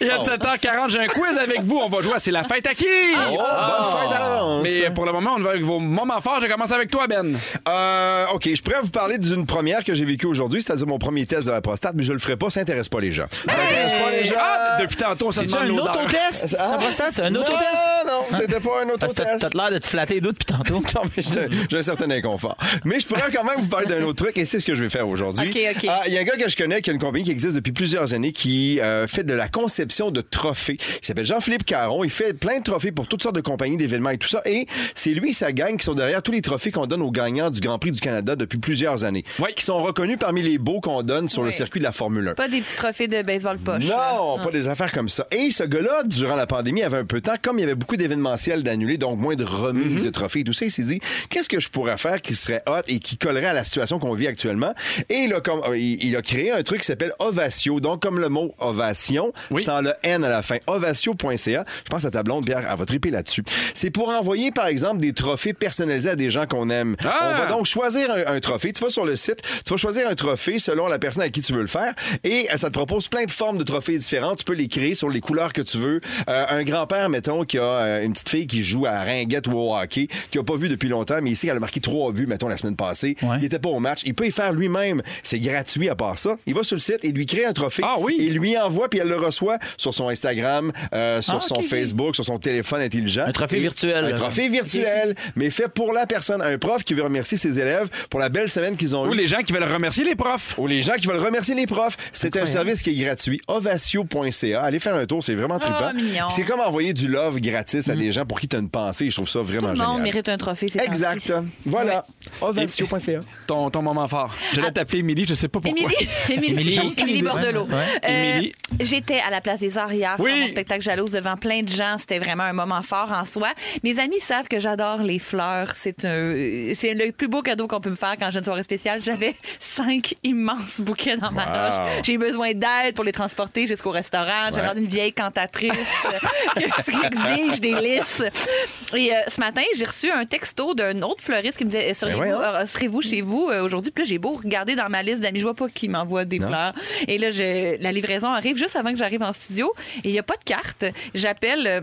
Et à 17h40, j'ai un quiz avec vous. On va jouer à C'est la fête à qui?
Oh, bonne
Ah.
fête à l'avance!
euh,
Mais pour le moment, on va avec vos moments forts. Je commence avec toi, Ben.
Euh, OK, je pourrais vous parler d'une première que j'ai vécue aujourd'hui, c'est-à-dire mon premier test de la prostate, mais je le ferai pas, ça intéresse pas les gens. Ça intéresse pas les gens.
Ah, depuis tantôt, on se
C'est-tu
demande
un
l'odeur.
autotest?
Ah.
Après ça, c'est un
Non,
autotest?
Non, c'était pas un
Parce que t'as-
autotest.
t'as l'air de te flatter les doigts depuis tantôt.
[laughs] Non,
[laughs]
mais j'ai- j'ai un certain inconfort. Mais je pourrais quand même vous parler d'un autre truc et c'est ce que je vais faire aujourd'hui.
OK, OK.
Ah, Il y a un gars que je connais qui a une compagnie qui existe depuis plusieurs années qui euh, fait de la conception de trophées. Il s'appelle Jean-Philippe Caron. Il fait plein de trophées pour toutes sortes de compagnies, d'événements et tout ça. Et c'est lui et sa gang qui sont derrière tous les trophées qu'on donne aux gagnants du Grand Prix du Canada depuis plusieurs années.
Oui.
Qui sont reconnus parmi les beaux qu'on donne sur le
Oui.
circuit de la Formule 1.
Pas des petits trophées de baseball poche. là.
Non, pas des affaires comme ça. Et ce gars-là, durant la pandémie, avait un peu de temps, comme il y avait beaucoup d'événementiels d'annulés, donc moins de remises de trophées et tout ça, il s'est dit, qu'est-ce que je pourrais faire qui serait hot et qui collerait à la situation qu'on vit actuellement? Et il a, comme, euh, il, il a créé un truc qui s'appelle Ovatio, donc comme le mot ovation,
Oui.
sans le N à la fin, ovatio.ca. Je pense à ta blonde, Pierre, à votre épée là-dessus. C'est pour envoyer, par exemple, des trophées personnalisés à des gens qu'on aime.
Ah!
On va donc choisir un, un trophée. Tu vas sur le site, tu vas choisir un trophée selon la personne à qui tu veux le faire et euh, ça te propose plein de formes de trophées différentes. Tu peux les créer sur les couleurs que tu veux. Euh, un grand-père, mettons, qui a euh, une petite fille qui joue à la ringuette ou au hockey, qui a pas vu depuis longtemps, mais ici, elle a marqué trois buts, mettons, la semaine passée.
Ouais.
Il était pas au match. Il peut y faire lui-même. C'est gratuit à part ça. Il va sur le site et lui crée un trophée.
Ah oui?
Et lui envoie, puis elle le reçoit sur son Instagram, euh, sur
Ah,
son
ok, ok.
Facebook, sur son téléphone intelligent.
Un trophée
Et-
virtuel.
Un trophée virtuel, mais fait pour la personne. Un prof qui veut remercier ses élèves pour la belle semaine qu'ils ont
Ou
eue.
les gens qui veulent remercier les profs.
Ou les gens qui veulent remercier les profs. C'est un service qui est gratuit. Ovatio.ca. Allez faire un tour, c'est vraiment trippant.
Ah, mignon.
c'est comme envoyer du love gratis
Mm.
à des gens pour qui tu as une pensée. Je trouve ça
Tout
vraiment
le
génial.
monde mérite un trophée, c'est
Exact. Voilà. Ovatio.ca.
Ton, ton moment fort. J'allais t'appeler Émilie, je sais pas pourquoi.
Ah.
[laughs]
Émilie, Émilie,
Émilie.
Émilie Bordelot.
Ouais.
Euh,
Émilie.
J'étais à la place des Arts hier
Oui.
pour mon spectacle Jalouse devant plein de gens. C'était vraiment un moment fort en soi. Mes amis savent que j'adore les fleurs. C'est un, c'est le plus beau cadeau qu'on peut me faire quand j'ai une soirée spéciale. J'avais [laughs] cinq immenses bouquets dans ma
Wow.
loge. J'ai besoin d'aide pour les transporter jusqu'au restaurant. J'ai
Ouais.
l'air d'une vieille cantatrice [laughs] euh, qui exige des listes. Et euh, ce matin, j'ai reçu un texto d'un autre fleuriste qui me disait seriez-vous
Ben voyons.
euh, serez-vous chez vous euh, aujourd'hui? Puis là, j'ai beau regarder dans ma liste d'amis, je vois pas qui m'envoie des fleurs. Et là, je- la livraison arrive juste avant que j'arrive en studio et il n'y a pas de carte. J'appelle. euh,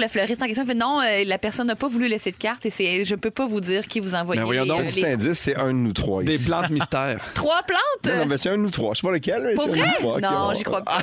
le fleuriste en question Il fait non, euh, la personne n'a pas voulu laisser de carte et c'est, je ne peux pas vous dire qui vous envoyez.
Ben voyons donc.
les-
Petit
les-
indice, c'est un de nous trois
Des
ici.
plantes mystères.
Trois plantes?
Non, non, mais c'est un de nous trois. Je sais pas lequel, mais c'est
Pour
un de
vrai?
nous trois. qui
Non,
ont-
j'y crois pas.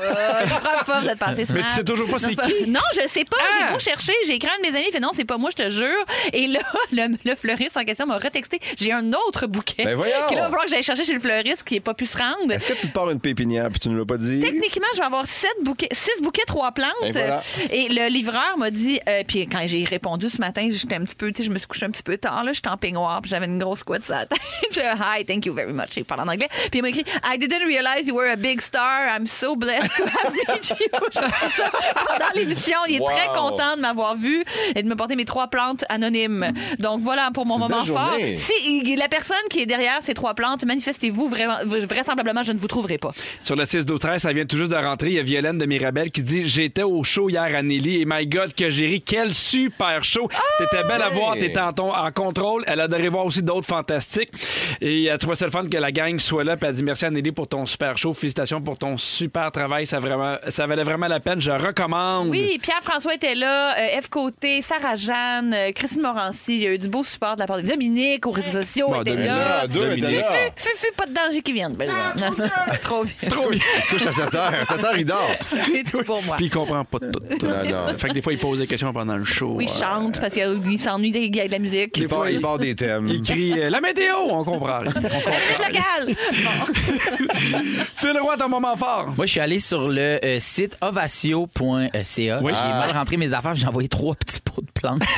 J'y crois pas, vous êtes passé
[laughs] Mais tu sais toujours pas c'est qui?
Non, je le sais pas.
Ah!
J'ai beau chercher. J'ai écrit à un de mes amis. Il fait non, c'est pas moi, je te jure. Et là, [laughs] le, le fleuriste en question m'a retexté. J'ai un autre bouquet.
Ben voyons!
Que là, il va falloir que j'aille chercher chez le fleuriste qui n'est pas pu se rendre.
Est-ce que tu te pars une pépinière puis tu ne l'as pas dit?
Techniquement, je vais avoir sept bouquets, six bouquets, trois plantes.
Et voilà.
Et le livreur m'a m'a dit, euh, puis quand j'ai répondu ce matin, j'étais un petit peu, tu sais, je me suis couchée un petit peu tard, là, j'étais en peignoir, puis j'avais une grosse couette sur la tête. [laughs] J'ai Hi, thank you very much. Il parle en anglais. Puis il m'a écrit, I didn't realize you were a big star. I'm so blessed to have [laughs] met you. J'ai dit ça Pendant l'émission, il est
Wow.
très content de m'avoir vu et de me porter mes trois plantes anonymes. Donc voilà pour mon
C'est une
moment
belle
fort.
journée.
Si la personne qui est derrière ces trois plantes, manifestez-vous, vra- vraisemblablement, je ne vous trouverai pas.
Sur le 6 12 13 ça vient tout juste de rentrer. Il y a Violaine de Mirabel qui dit J'étais au show hier à Nelly et my God, que j'ai ri. Quel super show. T'étais belle à voir, t'étais en, ton- en contrôle. Elle adorait voir aussi d'autres fantastiques. Et euh, elle trouvait ça le fun que la gang soit là. Puis elle dit Merci à Nelly pour ton super show. Félicitations pour ton super travail. Ça, vraiment, ça valait vraiment la peine. Je recommande.
Oui, Pierre-François était là, euh, F. Côté, Sarah-Jeanne, euh, Christine Morancy. Il y a eu du beau support de la part de Dominique aux réseaux sociaux.
Bon,
était
Dominique.
là.
Ah, deux étaient
Fufu,
là.
Fufu, pas de danger qui vienne. Ben, non. [laughs] Trop bien.
Trop bien.
Il se couche à 7 heures. À 7 heures, il dort.
C'est tout pour moi.
Puis il comprend pas tout.
[laughs] Ah, non.
Fait que des fois, il pose des questions pendant le show.
Oui, il chante parce qu'il s'ennuie des- avec la musique.
Il part, il part des thèmes.
Il crie euh, La météo On
[laughs]
comprend. rien.
La musique locale!
[laughs]
Bon.
Phil Roy, ton moment fort.
Moi, je suis allé sur le euh, site ovatio.ca.
Oui.
J'ai
Ah.
mal rentré mes affaires, puis j'ai envoyé trois petits pots de
[laughs]
plantes. [laughs]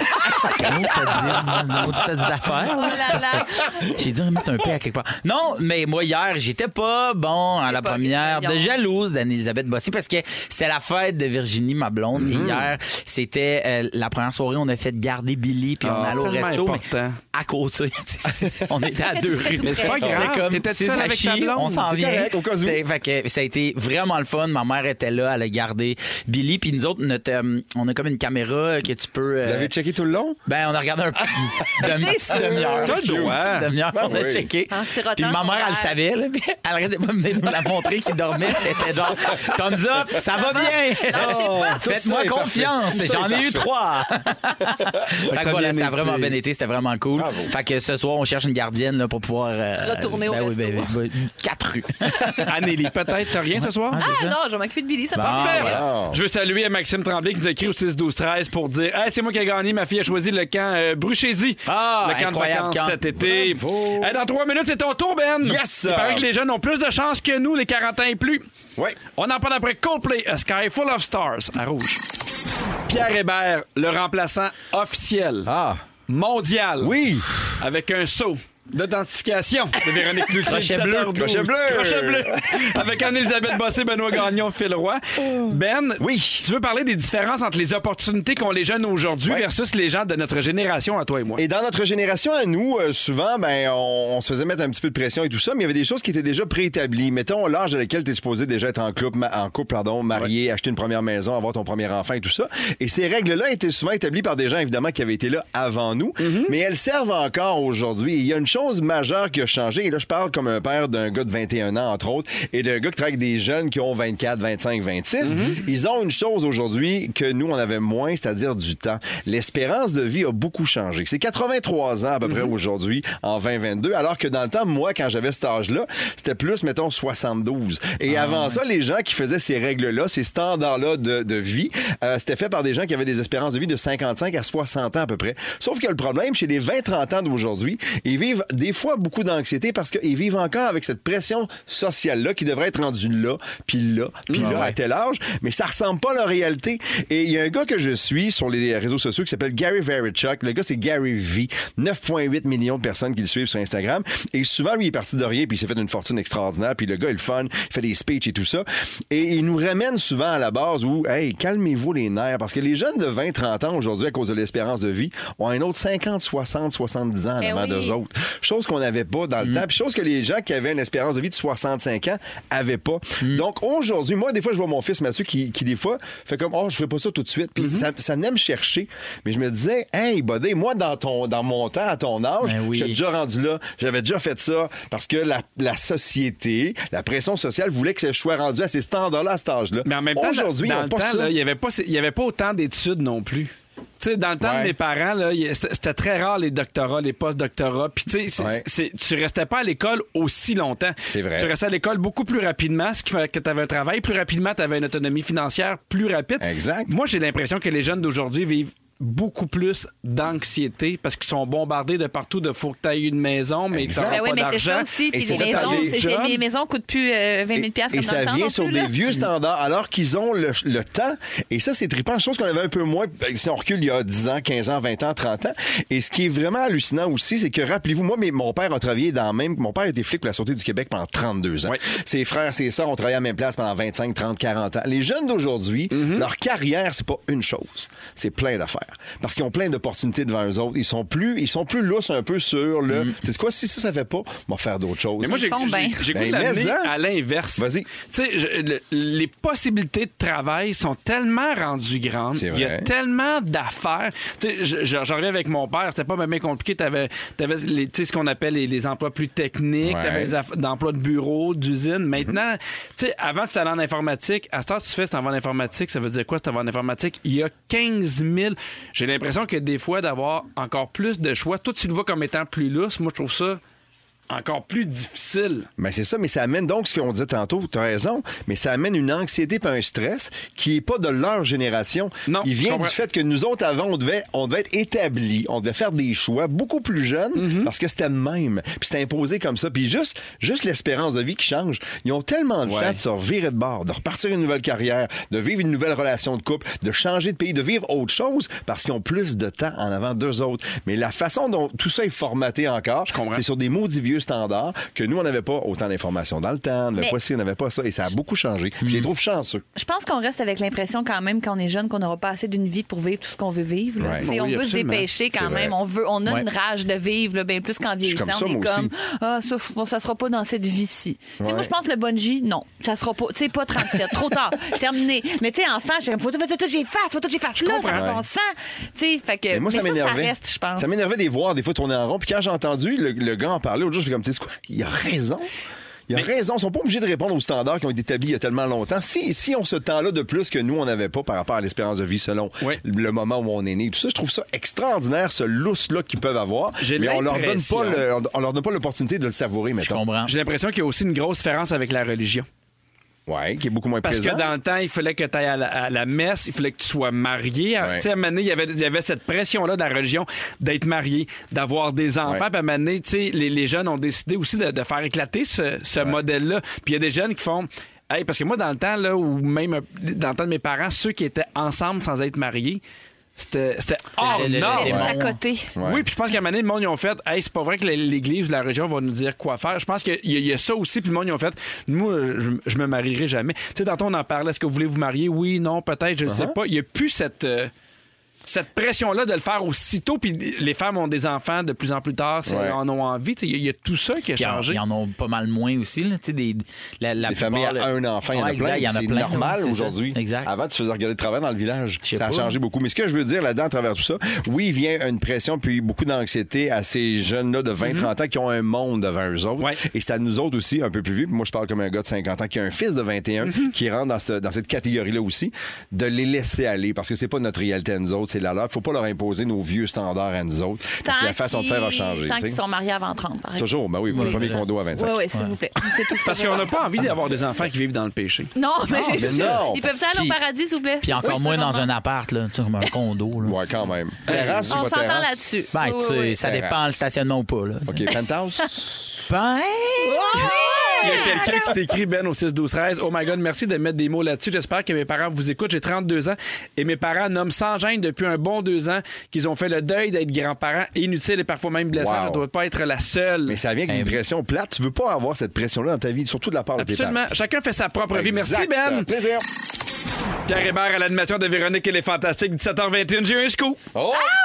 C'est drôle de te dire, mon maudit tas d'affaires, là.
Oh là là.
J'ai dû remettre un peu à quelque part. Non, mais moi, hier, j'étais pas bon à la
pas
première
mignon.
de jalouse d'Anne-Elisabeth Bossy parce que c'est la fête de Virginie, ma blonde.
Mhm.
Et Hier, c'était euh, la première soirée, on a fait garder Billy puis on
Ah,
est allé au
tellement
resto. mais
important.
à côté, [laughs] on était à deux rues.
Mais c'est
pas grave,
C'était comme,
t'étais
c'est
seule avec ta
Sachi,
blonde,
On s'en
c'est
vient.
correct,
au cas où.
C'est- fait que ça a été vraiment le fun. Ma mère était là, elle a gardé Billy. Puis nous autres, notre, euh, on a comme une caméra que tu peux. euh,
Vous l'avez checké tout le long?
ben, on a regardé
[laughs]
un peu demi-
sûr. hein?
demi-heure.
Ça, le
Une
doigt.
petite demi-heure,
Ben
on a
oui.
checké.
Ah En sirotant
Puis ma
son
mère, elle le
verre.
savait. là, mais elle arrêtait pas de venir nous la montrer qu'il dormait. Elle était genre, thumbs up, ça va bien. Oh. Faites-moi
Tout ça est
confiance.
parfait. Tout ça
J'en
est
ai eu
parfait. [laughs]
trois. fait que
ça a
voilà,
bien
ça a vraiment
été.
bien été. C'était vraiment cool.
Bravo.
Fait que ce soir, on cherche une gardienne là, pour pouvoir... euh,
Retourner au
ben oui, ben,
resto.
ben, ben, Quatre
[laughs]
rues.
Anneli, peut-être, t'as rien ce soir?
Ah, c'est
Ah
ça?
non, je vais m'occuper de Billy, ça
Bon,
passe.
Parfait.
voilà.
Wow.
Je veux saluer Maxime Tremblay qui nous a écrit au 6-12-13 pour dire Hey, c'est moi qui ai gagné, ma fille a choisi le camp euh, Bruchésie.
Ah,
le camp de
incroyable
vacances
camp.
cet été. Hey, dans trois minutes, c'est ton tour, Ben.
Yes, sir.
Il paraît que les jeunes ont plus de chance que nous, les 40 ans et plus.
Oui.
On en parle après Coldplay, A Sky Full of Stars, à rouge. Pierre Hébert, le remplaçant officiel
Ah.
mondial.
Oui.
Avec un saut [laughs] d'identification de Véronique Cloutier.
Crochet
17
bleu.
heures douze.
Crochet bleu.
Crochet bleu. Avec Anne-Elisabeth Bossé, Benoît Gagnon, Phil Roy. Ben,
Oui.
tu veux parler des différences entre les opportunités qu'ont les jeunes aujourd'hui
Ouais.
versus les gens de notre génération, à toi et moi?
Et dans notre génération, à nous, euh, souvent, ben, on, on se faisait mettre un petit peu de pression et tout ça, mais il y avait des choses qui étaient déjà préétablies. Mettons l'âge à lequel tu es supposé déjà être en couple, ma- en couple pardon, marié, acheter une première maison, avoir ton premier enfant et tout ça. Et ces règles-là étaient souvent établies par des gens, évidemment, qui avaient été là avant nous, mais elles servent encore aujourd'hui. Et Il y a une chose majeure qui a changé, et là, je parle comme un père d'un gars de 21 ans, entre autres, et d'un gars qui travaille avec des jeunes qui ont 24, 25, 26. Ils ont une chose aujourd'hui que nous, on avait moins, c'est-à-dire du temps. L'espérance de vie a beaucoup changé. C'est 83 ans à peu près aujourd'hui, en 2022, alors que dans le temps, moi, quand j'avais cet âge-là, c'était plus, mettons, 72. Et avant ça, les gens qui faisaient ces règles-là, ces standards-là de, de vie, euh, c'était fait par des gens qui avaient des espérances de vie de 55 à 60 ans à peu près. Sauf que le problème, chez les 20-30 ans d'aujourd'hui, ils vivent des fois beaucoup d'anxiété parce qu'ils vivent encore avec cette pression sociale-là qui devrait être rendue là, puis là, puis là, à tel âge, mais ça ressemble pas à la réalité. Et il y a un gars que je suis sur les réseaux sociaux qui s'appelle Gary Verichuk. Le gars, c'est Gary V. 9,8 millions de personnes qui le suivent sur Instagram. Et souvent, lui, il est parti de rien, puis il s'est fait une fortune extraordinaire, puis le gars, il est le fun, il fait des speeches et tout ça. Et il nous ramène souvent à la base où, hey, calmez-vous les nerfs, parce que les jeunes de 20, 30 ans aujourd'hui, à cause de l'espérance de vie, ont un autre 50, 60, 70 ans en
Eh
avant
oui.
d'eux autres. Chose qu'on n'avait pas dans le
Mm.
temps, puis chose que les gens qui avaient une espérance de vie de 65 ans avaient pas.
Mm.
Donc aujourd'hui, moi, des fois, je vois mon fils Mathieu qui, qui, des fois, fait comme, oh, je fais pas ça tout de suite,
Mm-hmm.
puis ça, ça venait me chercher. Mais je me disais, hey, buddy, moi, dans, ton, dans mon temps, à ton âge,
Ben oui.
j'étais déjà rendu là, j'avais déjà fait ça, parce que la, la société, la pression sociale voulait que je sois rendu à ces standards-là, à cet âge-là.
Mais en même temps,
aujourd'hui, ils
dans, dans
ont
le
pas
temps,
ça.
là, il n'y avait, pas- il y avait pas autant d'études non plus. Tu sais, dans le temps
Ouais.
de mes parents, là, il- c'était c'était très rare les doctorats, les post-doctorats. Puis tu sais, c'est-
Ouais.
c'est- tu restais pas à l'école aussi longtemps.
C'est vrai.
Tu restais à l'école beaucoup plus rapidement, ce qui fait que tu avais un travail plus rapidement, tu avais une autonomie financière plus rapide.
Exact.
Moi, j'ai l'impression que les jeunes d'aujourd'hui vivent beaucoup plus d'anxiété parce qu'ils sont bombardés de partout de faut que tu aies une maison, mais tu
Exact.
pas
Ben oui, mais c'est ça
d'argent.
aussi. Puis
c'est
les
fait par
maisons,
des
c'est-
jeunes.
c'est- les maisons coûtent plus euh, 20 000 piastres
Et, et
comme dans
ça
le temps
vient
non
sur
plus,
des
là.
vieux standards, alors qu'ils ont le, le temps. Et ça, c'est trippant. Chose qu'on avait un peu moins, ben, si on recule il y a 10 ans, 15 ans, 20 ans, 30 ans. Et ce qui est vraiment hallucinant aussi, c'est que, rappelez-vous, moi, mais mon père a travaillé dans même. Mon père était flic pour la Sûreté du Québec pendant 32 ans.
Ouais.
Ses frères, ses sœurs ont travaillé à la même place pendant 25, 30, 40 ans. Les jeunes d'aujourd'hui,
Mm-hmm.
leur carrière, c'est pas une chose. C'est plein d'affaires. Parce qu'ils ont plein d'opportunités devant eux autres. Ils sont plus, ils sont plus lousses un peu sur le. C'est quoi, si ça, ça fait pas, on va faire d'autres choses.
Mm. Mais moi, j'ai
font bien.
j'ai- j'ai
Ben,
goût de l'amener
mais-en.
à l'inverse.
Vas-y.
Tu sais, je- le- les possibilités de travail sont tellement rendues grandes.
C'est
Il y a
vrai.
tellement d'affaires. Tu sais, je- je- j'en reviens avec mon père. C'était pas même bien compliqué. T'avais, t'avais les- tu sais, ce qu'on appelle les, les emplois plus techniques.
Ouais.
T'avais les aff- d'emplois de bureau, d'usine. Maintenant, tu sais, avant, tu allais en informatique. À ce temps, tu fais, c'est en vente informatique. Ça veut dire quoi, c'est en vente informatique? Il y a 15 000. J'ai l'impression que des fois, d'avoir encore plus de choix, toi, tu le vois comme étant plus lousse. Moi, je trouve ça encore plus difficile.
Mais Ben, c'est ça, mais ça amène donc ce qu'on disait tantôt, tu as raison, mais ça amène une anxiété et un stress qui est pas de leur génération.
Non,
Il
je
vient du
comprends.
fait que nous autres, avant, on devait, on devait être établis, on devait faire des choix beaucoup plus jeunes parce que c'était le même. Puis c'était imposé comme ça. Puis juste, juste l'espérance de vie qui change. Ils ont tellement de temps de se revirer de bord, de repartir une nouvelle carrière, de vivre une nouvelle relation de couple, de changer de pays, de vivre autre chose parce qu'ils ont plus de temps en avant d'eux autres. Mais la façon dont tout ça est formaté encore,
comprends.
c'est sur des maudits vieux standards que nous, on n'avait pas autant d'informations dans le temps, on n'avait
Mais-
pas ci, on n'avait pas ça, et ça a beaucoup changé. Je les trouve chanceux.
Je pense qu'on reste avec l'impression quand même quand on est jeune qu'on n'aura pas assez d'une vie pour vivre tout ce qu'on veut vivre. là.
Ouais.
Tu sais,
Oui,
on veut se
absolument.
dépêcher
C'est
quand
vrai.
même. On veut, on a
Ouais.
une rage de vivre là, bien plus qu'en
suis
vieillissant.
comme ça,
on est
moi
comme
aussi.
ah ça, f- bon, ça sera pas dans cette vie-ci. Tu sais,
Ouais.
Moi je pense que le bungee, non, ça sera pas. Tu sais pas 37,
[laughs]
trop tard, terminé. Mais tu sais enfant, j'ai faut tout, faut tout, j'ai face, faut tout, j'ai face. Là, ça
comprends.
n'a pas bon sens. Tu sais, fait que
Mais moi, ça
mais ça, ça
m'énervait.
reste, je pense.
Ça m'énervait de les voir des fois tourner en rond. Puis quand j'ai entendu le, le gars en parler, l'autre jour, je fais comme, tu sais quoi, il a raison. Il a raison. Ils sont pas obligés de répondre aux standards qui ont été établis il y a tellement longtemps. Si, si on ce temps-là de plus que nous, on n'avait pas par rapport à l'espérance de vie selon
Ouais.
le moment où on est né, tout ça, je trouve ça extraordinaire, ce lousse-là qu'ils peuvent avoir.
J'ai
Mais on leur donne
l'impression-
pas le- on- on leur donne pas l'opportunité de le savourer,
Je
mettons.
comprends.
J'ai l'impression qu'il y a aussi une grosse différence avec la religion.
Ouais, qui est beaucoup moins
Parce
présent.
que dans le temps, il fallait que tu ailles à la, à la messe, il fallait que tu sois marié.
Ouais.
Tu sais, à un moment donné, il y avait, il y avait cette pression-là de la religion d'être marié, d'avoir des enfants.
Ouais.
Puis à un moment donné, tu sais, les, les jeunes ont décidé aussi de, de faire éclater ce, ce modèle-là. Puis il y a des jeunes qui font... Hey, parce que moi, dans le temps, là, ou même euh, dans le temps de mes parents, ceux qui étaient ensemble sans être mariés, c'était c'était hors
le- le-
norme.
Mais juste à
Ouais.
côté.
Ouais.
Oui, puis je pense qu'à un moment donné, le monde, ils ont fait, hey, c'est pas vrai que l'Église ou la religion va nous dire quoi faire. Je pense qu'il y, a- il y a ça aussi, puis le monde, ils ont fait, moi, je, je me marierai jamais. Tu sais, tantôt, on en parlait, est-ce que vous voulez vous marier? Oui, non, peut-être, je ne
Uh-huh.
sais pas. Il n'y a plus cette. euh, cette pression-là de le faire aussitôt, puis les femmes ont des enfants de plus en plus tard, si
Ouais.
elles en ont envie. Tu sais, Il y, a- il y a tout ça qui a
Puis
changé.
Ils en ont pas mal moins aussi. Là. Tu sais, Des, la, la
Les
plupart,
familles à
là-
un enfant, il y en a
Ouais, exact,
plein.
il y en a
C'est
plein,
normal
oui, c'est ça.
aujourd'hui.
Exact.
Avant, tu faisais regarder de travers dans le village.
Je sais
Ça a
pas.
changé beaucoup. Mais ce que je veux dire là-dedans, à travers tout ça, oui, il vient une pression puis beaucoup d'anxiété à ces jeunes-là de
Mhm.
20, 30 ans qui ont un monde devant eux autres.
Ouais.
Et c'est à nous autres aussi, un peu plus vieux. Puis moi, je parle comme un gars de 50 ans qui a un fils de 21
Mhm.
qui rentre dans, ce- dans cette catégorie-là aussi, de les laisser aller parce que c'est pas notre réalité à nous autres, c'est la leur. Faut pas leur imposer nos vieux standards à nous autres. Parce que
Tant
la façon de faire a
qu'ils-
changé.
Tant
tu sais.
qu'ils sont mariés avant 30, par exemple.
Toujours, ben oui, le premier condo à 25.
Oui, oui, s'il vous plaît. C'est tout ce que
Parce
j'ai
qu'on
à
n'a
dire.
pas envie d'avoir des enfants qui vivent dans le péché.
Non, mais, c'est
mais
juste-
non.
Ils peuvent aller
Puis-
au paradis, s'il vous plaît.
Puis encore
Oui,
moins dans
secondaire.
un appart, là, tu sais, comme un condo. Là.
Ouais, quand même. Terrasse ou
Euh, On
pas
s'entend
terrasse?
là-dessus.
Ben, tu sais,
Oui, oui.
ça dépend
Terrasse.
le stationnement ou pas. Là, tu sais.
[laughs]
OK, penthouse?
Ben,
Oh,
Il y a quelqu'un qui t'écrit, Ben, au 6 12 13 Oh my God, merci de mettre des mots là-dessus. J'espère que mes parents vous écoutent. J'ai 32 ans et mes parents nomment sans gêne depuis un bon deux ans qu'ils ont fait le deuil d'être grands-parents inutiles et parfois même blessants.
Wow.
Je ne dois pas être la seule.
Mais ça vient
Eh
avec une pression plate. Tu veux pas avoir cette pression-là dans ta vie, surtout de la part de tes parents.
Absolument. Chacun fait sa propre vie. Merci,
Exact.
Ben.
Plaisir.
Pierre Hébert à l'animation de Véronique et les Fantastiques, 17h21. J'ai eu un scoop.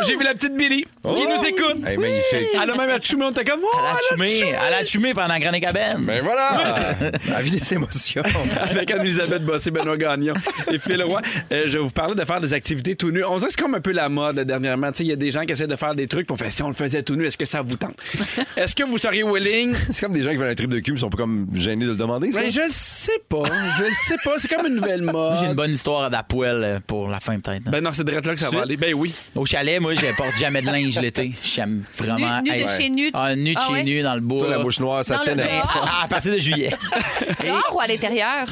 J'ai vu la petite Billy qui
Oh!
nous écoute.
Eh, magnifique.
Elle a même atchoumé. On était comme, oh,
à la
elle a
chumée, à la chumée pendant Grand Cabane.
Ben voilà! La vie des
[laughs]
émotions.
avec Anne-Elisabeth Bossé, Benoît Gagnon et Phil Roy. Euh, je vous parlais de faire des activités tout nu. On dirait que c'est comme un peu la mode là, dernièrement. Tu sais, Il y a des gens qui essaient de faire des trucs, puis on fait si on le faisait tout nu, est-ce que ça
[laughs]
vous tente? Est-ce que vous seriez willing?
C'est comme des gens qui veulent un trip de cul, mais sont pas comme gênés de le demander, ça?
Ben, je le sais pas. Je le sais pas. C'est comme une nouvelle mode.
euh,
J'ai une bonne histoire à la poêle euh, pour la fin, peut-être.
Ben non, c'est de là que ça va
Suite.
aller. Ben oui.
Au chalet, moi, je porte jamais de linge l'été. J'aime vraiment.
Nu- nu de chez nu?
Ah, nu de
Ah
chez
ouais?
nu dans le bois. [laughs]
Toi, la bouche noire, ça
Dans
te
le
fait
[laughs] dehors.
Ah, à partir de juillet.
Dehors ou à l'intérieur?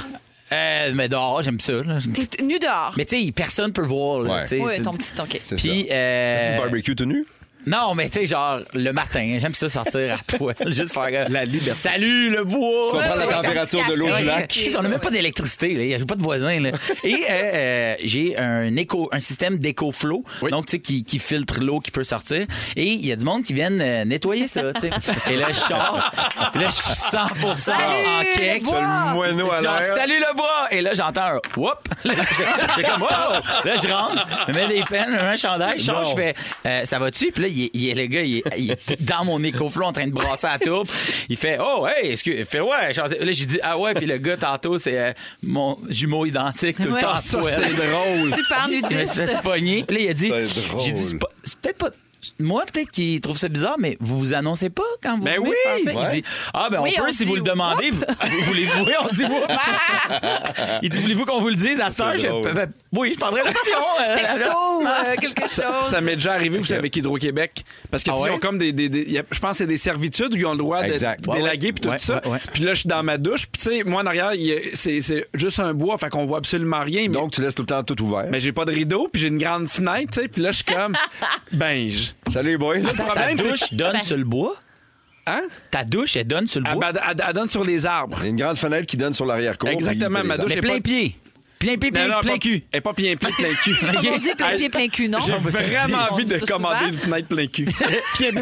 Euh, mais dehors, j'aime ça. là.
T'es nu dehors.
Mais tu sais, personne peut voir. là,
Ouais.
tu sais.
Oui, ton petit OK.
C'est
Puis,
ça.
euh,
Fais-tu du barbecue tout nu?
Non, mais tu sais, genre, le matin, [laughs] j'aime ça sortir à poil. Juste faire. La liberté. Salut, le bois!
Tu vas prendre la
ouais,
température
ouais.
de l'eau
Ouais.
du
Ouais,
lac.
Chris, on n'a même pas d'électricité, il n'y a pas de voisins. là. Et euh, euh, j'ai un éco, un système d'éco-flow,
Oui.
donc tu sais, qui, qui filtre l'eau qui peut sortir. Et il y a du monde qui viennent euh, nettoyer ça. tu sais. Et là, je sors, Et là, je suis 100% en cake.
C'est le moineau
Genre,
à l'air.
Ah, salut le bois! Et là, j'entends un whoop! [laughs] J'ai comme, wow! Là, je rentre, je me mets des peines, je me mets un chandail, je change, je fais, euh, ça va-tu? Puis là, il est, il est- le gars, il est, il est dans mon écoflot en train de brasser la tourbe. Il fait, oh, hey, excuse, il fait, ouais, je pensais- Là, j'ai dit, ah ouais, puis le gars, tantôt, c'est euh, mon jumeau identique, tout le
Ouais.
temps, en
Ça,
poil.
c'est drôle.
Super
Il me s'est
nudiste.
fait pogner. Puis là, il a dit,
C'est drôle.
j'ai dit, c'est pas- c'est peut-être pas. Moi, peut-être qu'il trouve ça bizarre, mais vous vous annoncez pas quand vous
Ben
venez
oui!
de faire ça?
Ouais.
Il dit Ah, ben
Oui,
on peut
on
si
dit
vous le demandez. Vous, vous voulez vous? Oui, on dit Whoop! Il dit Voulez-vous qu'on vous le dise à ça? Je-
drôle.
ben, oui, je prendrai l'action. euh,
[laughs] [laughs] Texto, euh, quelque chose.
Ça m'est déjà arrivé aussi avec Hydro-Québec. Parce que,
Ah
tu sais, ils
ouais?
ont comme des. des- des- y a- je pense que c'est des servitudes où ils ont le droit de,
Exact.
de
Ouais,
délaguer puis tout
ouais,
ça.
ouais, ouais.
Puis là, je suis dans ma douche. Puis, tu sais, moi, en arrière, il y a- c'est c'est juste un bois, fait qu'on voit absolument rien. mais-
Donc, tu laisses tout le temps tout ouvert.
mais j'ai pas de rideau, puis j'ai une grande fenêtre, tu sais, puis là, je suis [laughs] comme, ben, je-
Salut, les boys.
Ta douche
Ben.
donne sur le bois.
hein?
Ta douche, elle donne sur le
Elle,
bois.
elle- elle- elle donne sur les arbres.
Il y a une grande fenêtre qui donne sur l'arrière-cour.
Exactement,
puis
ma
t'as les
douche
Mais
j'ai
plein
pas-
pied. Plein pied, plein,
Non, non,
plein
pas-
[laughs] cul.
Elle est pas plein pied, plein [laughs] cul.
On dit plein pied, plein cul, non?
J'ai
va se le
vraiment
dire.
envie de
Ça,
commander
souvent.
une fenêtre plein [laughs] cul.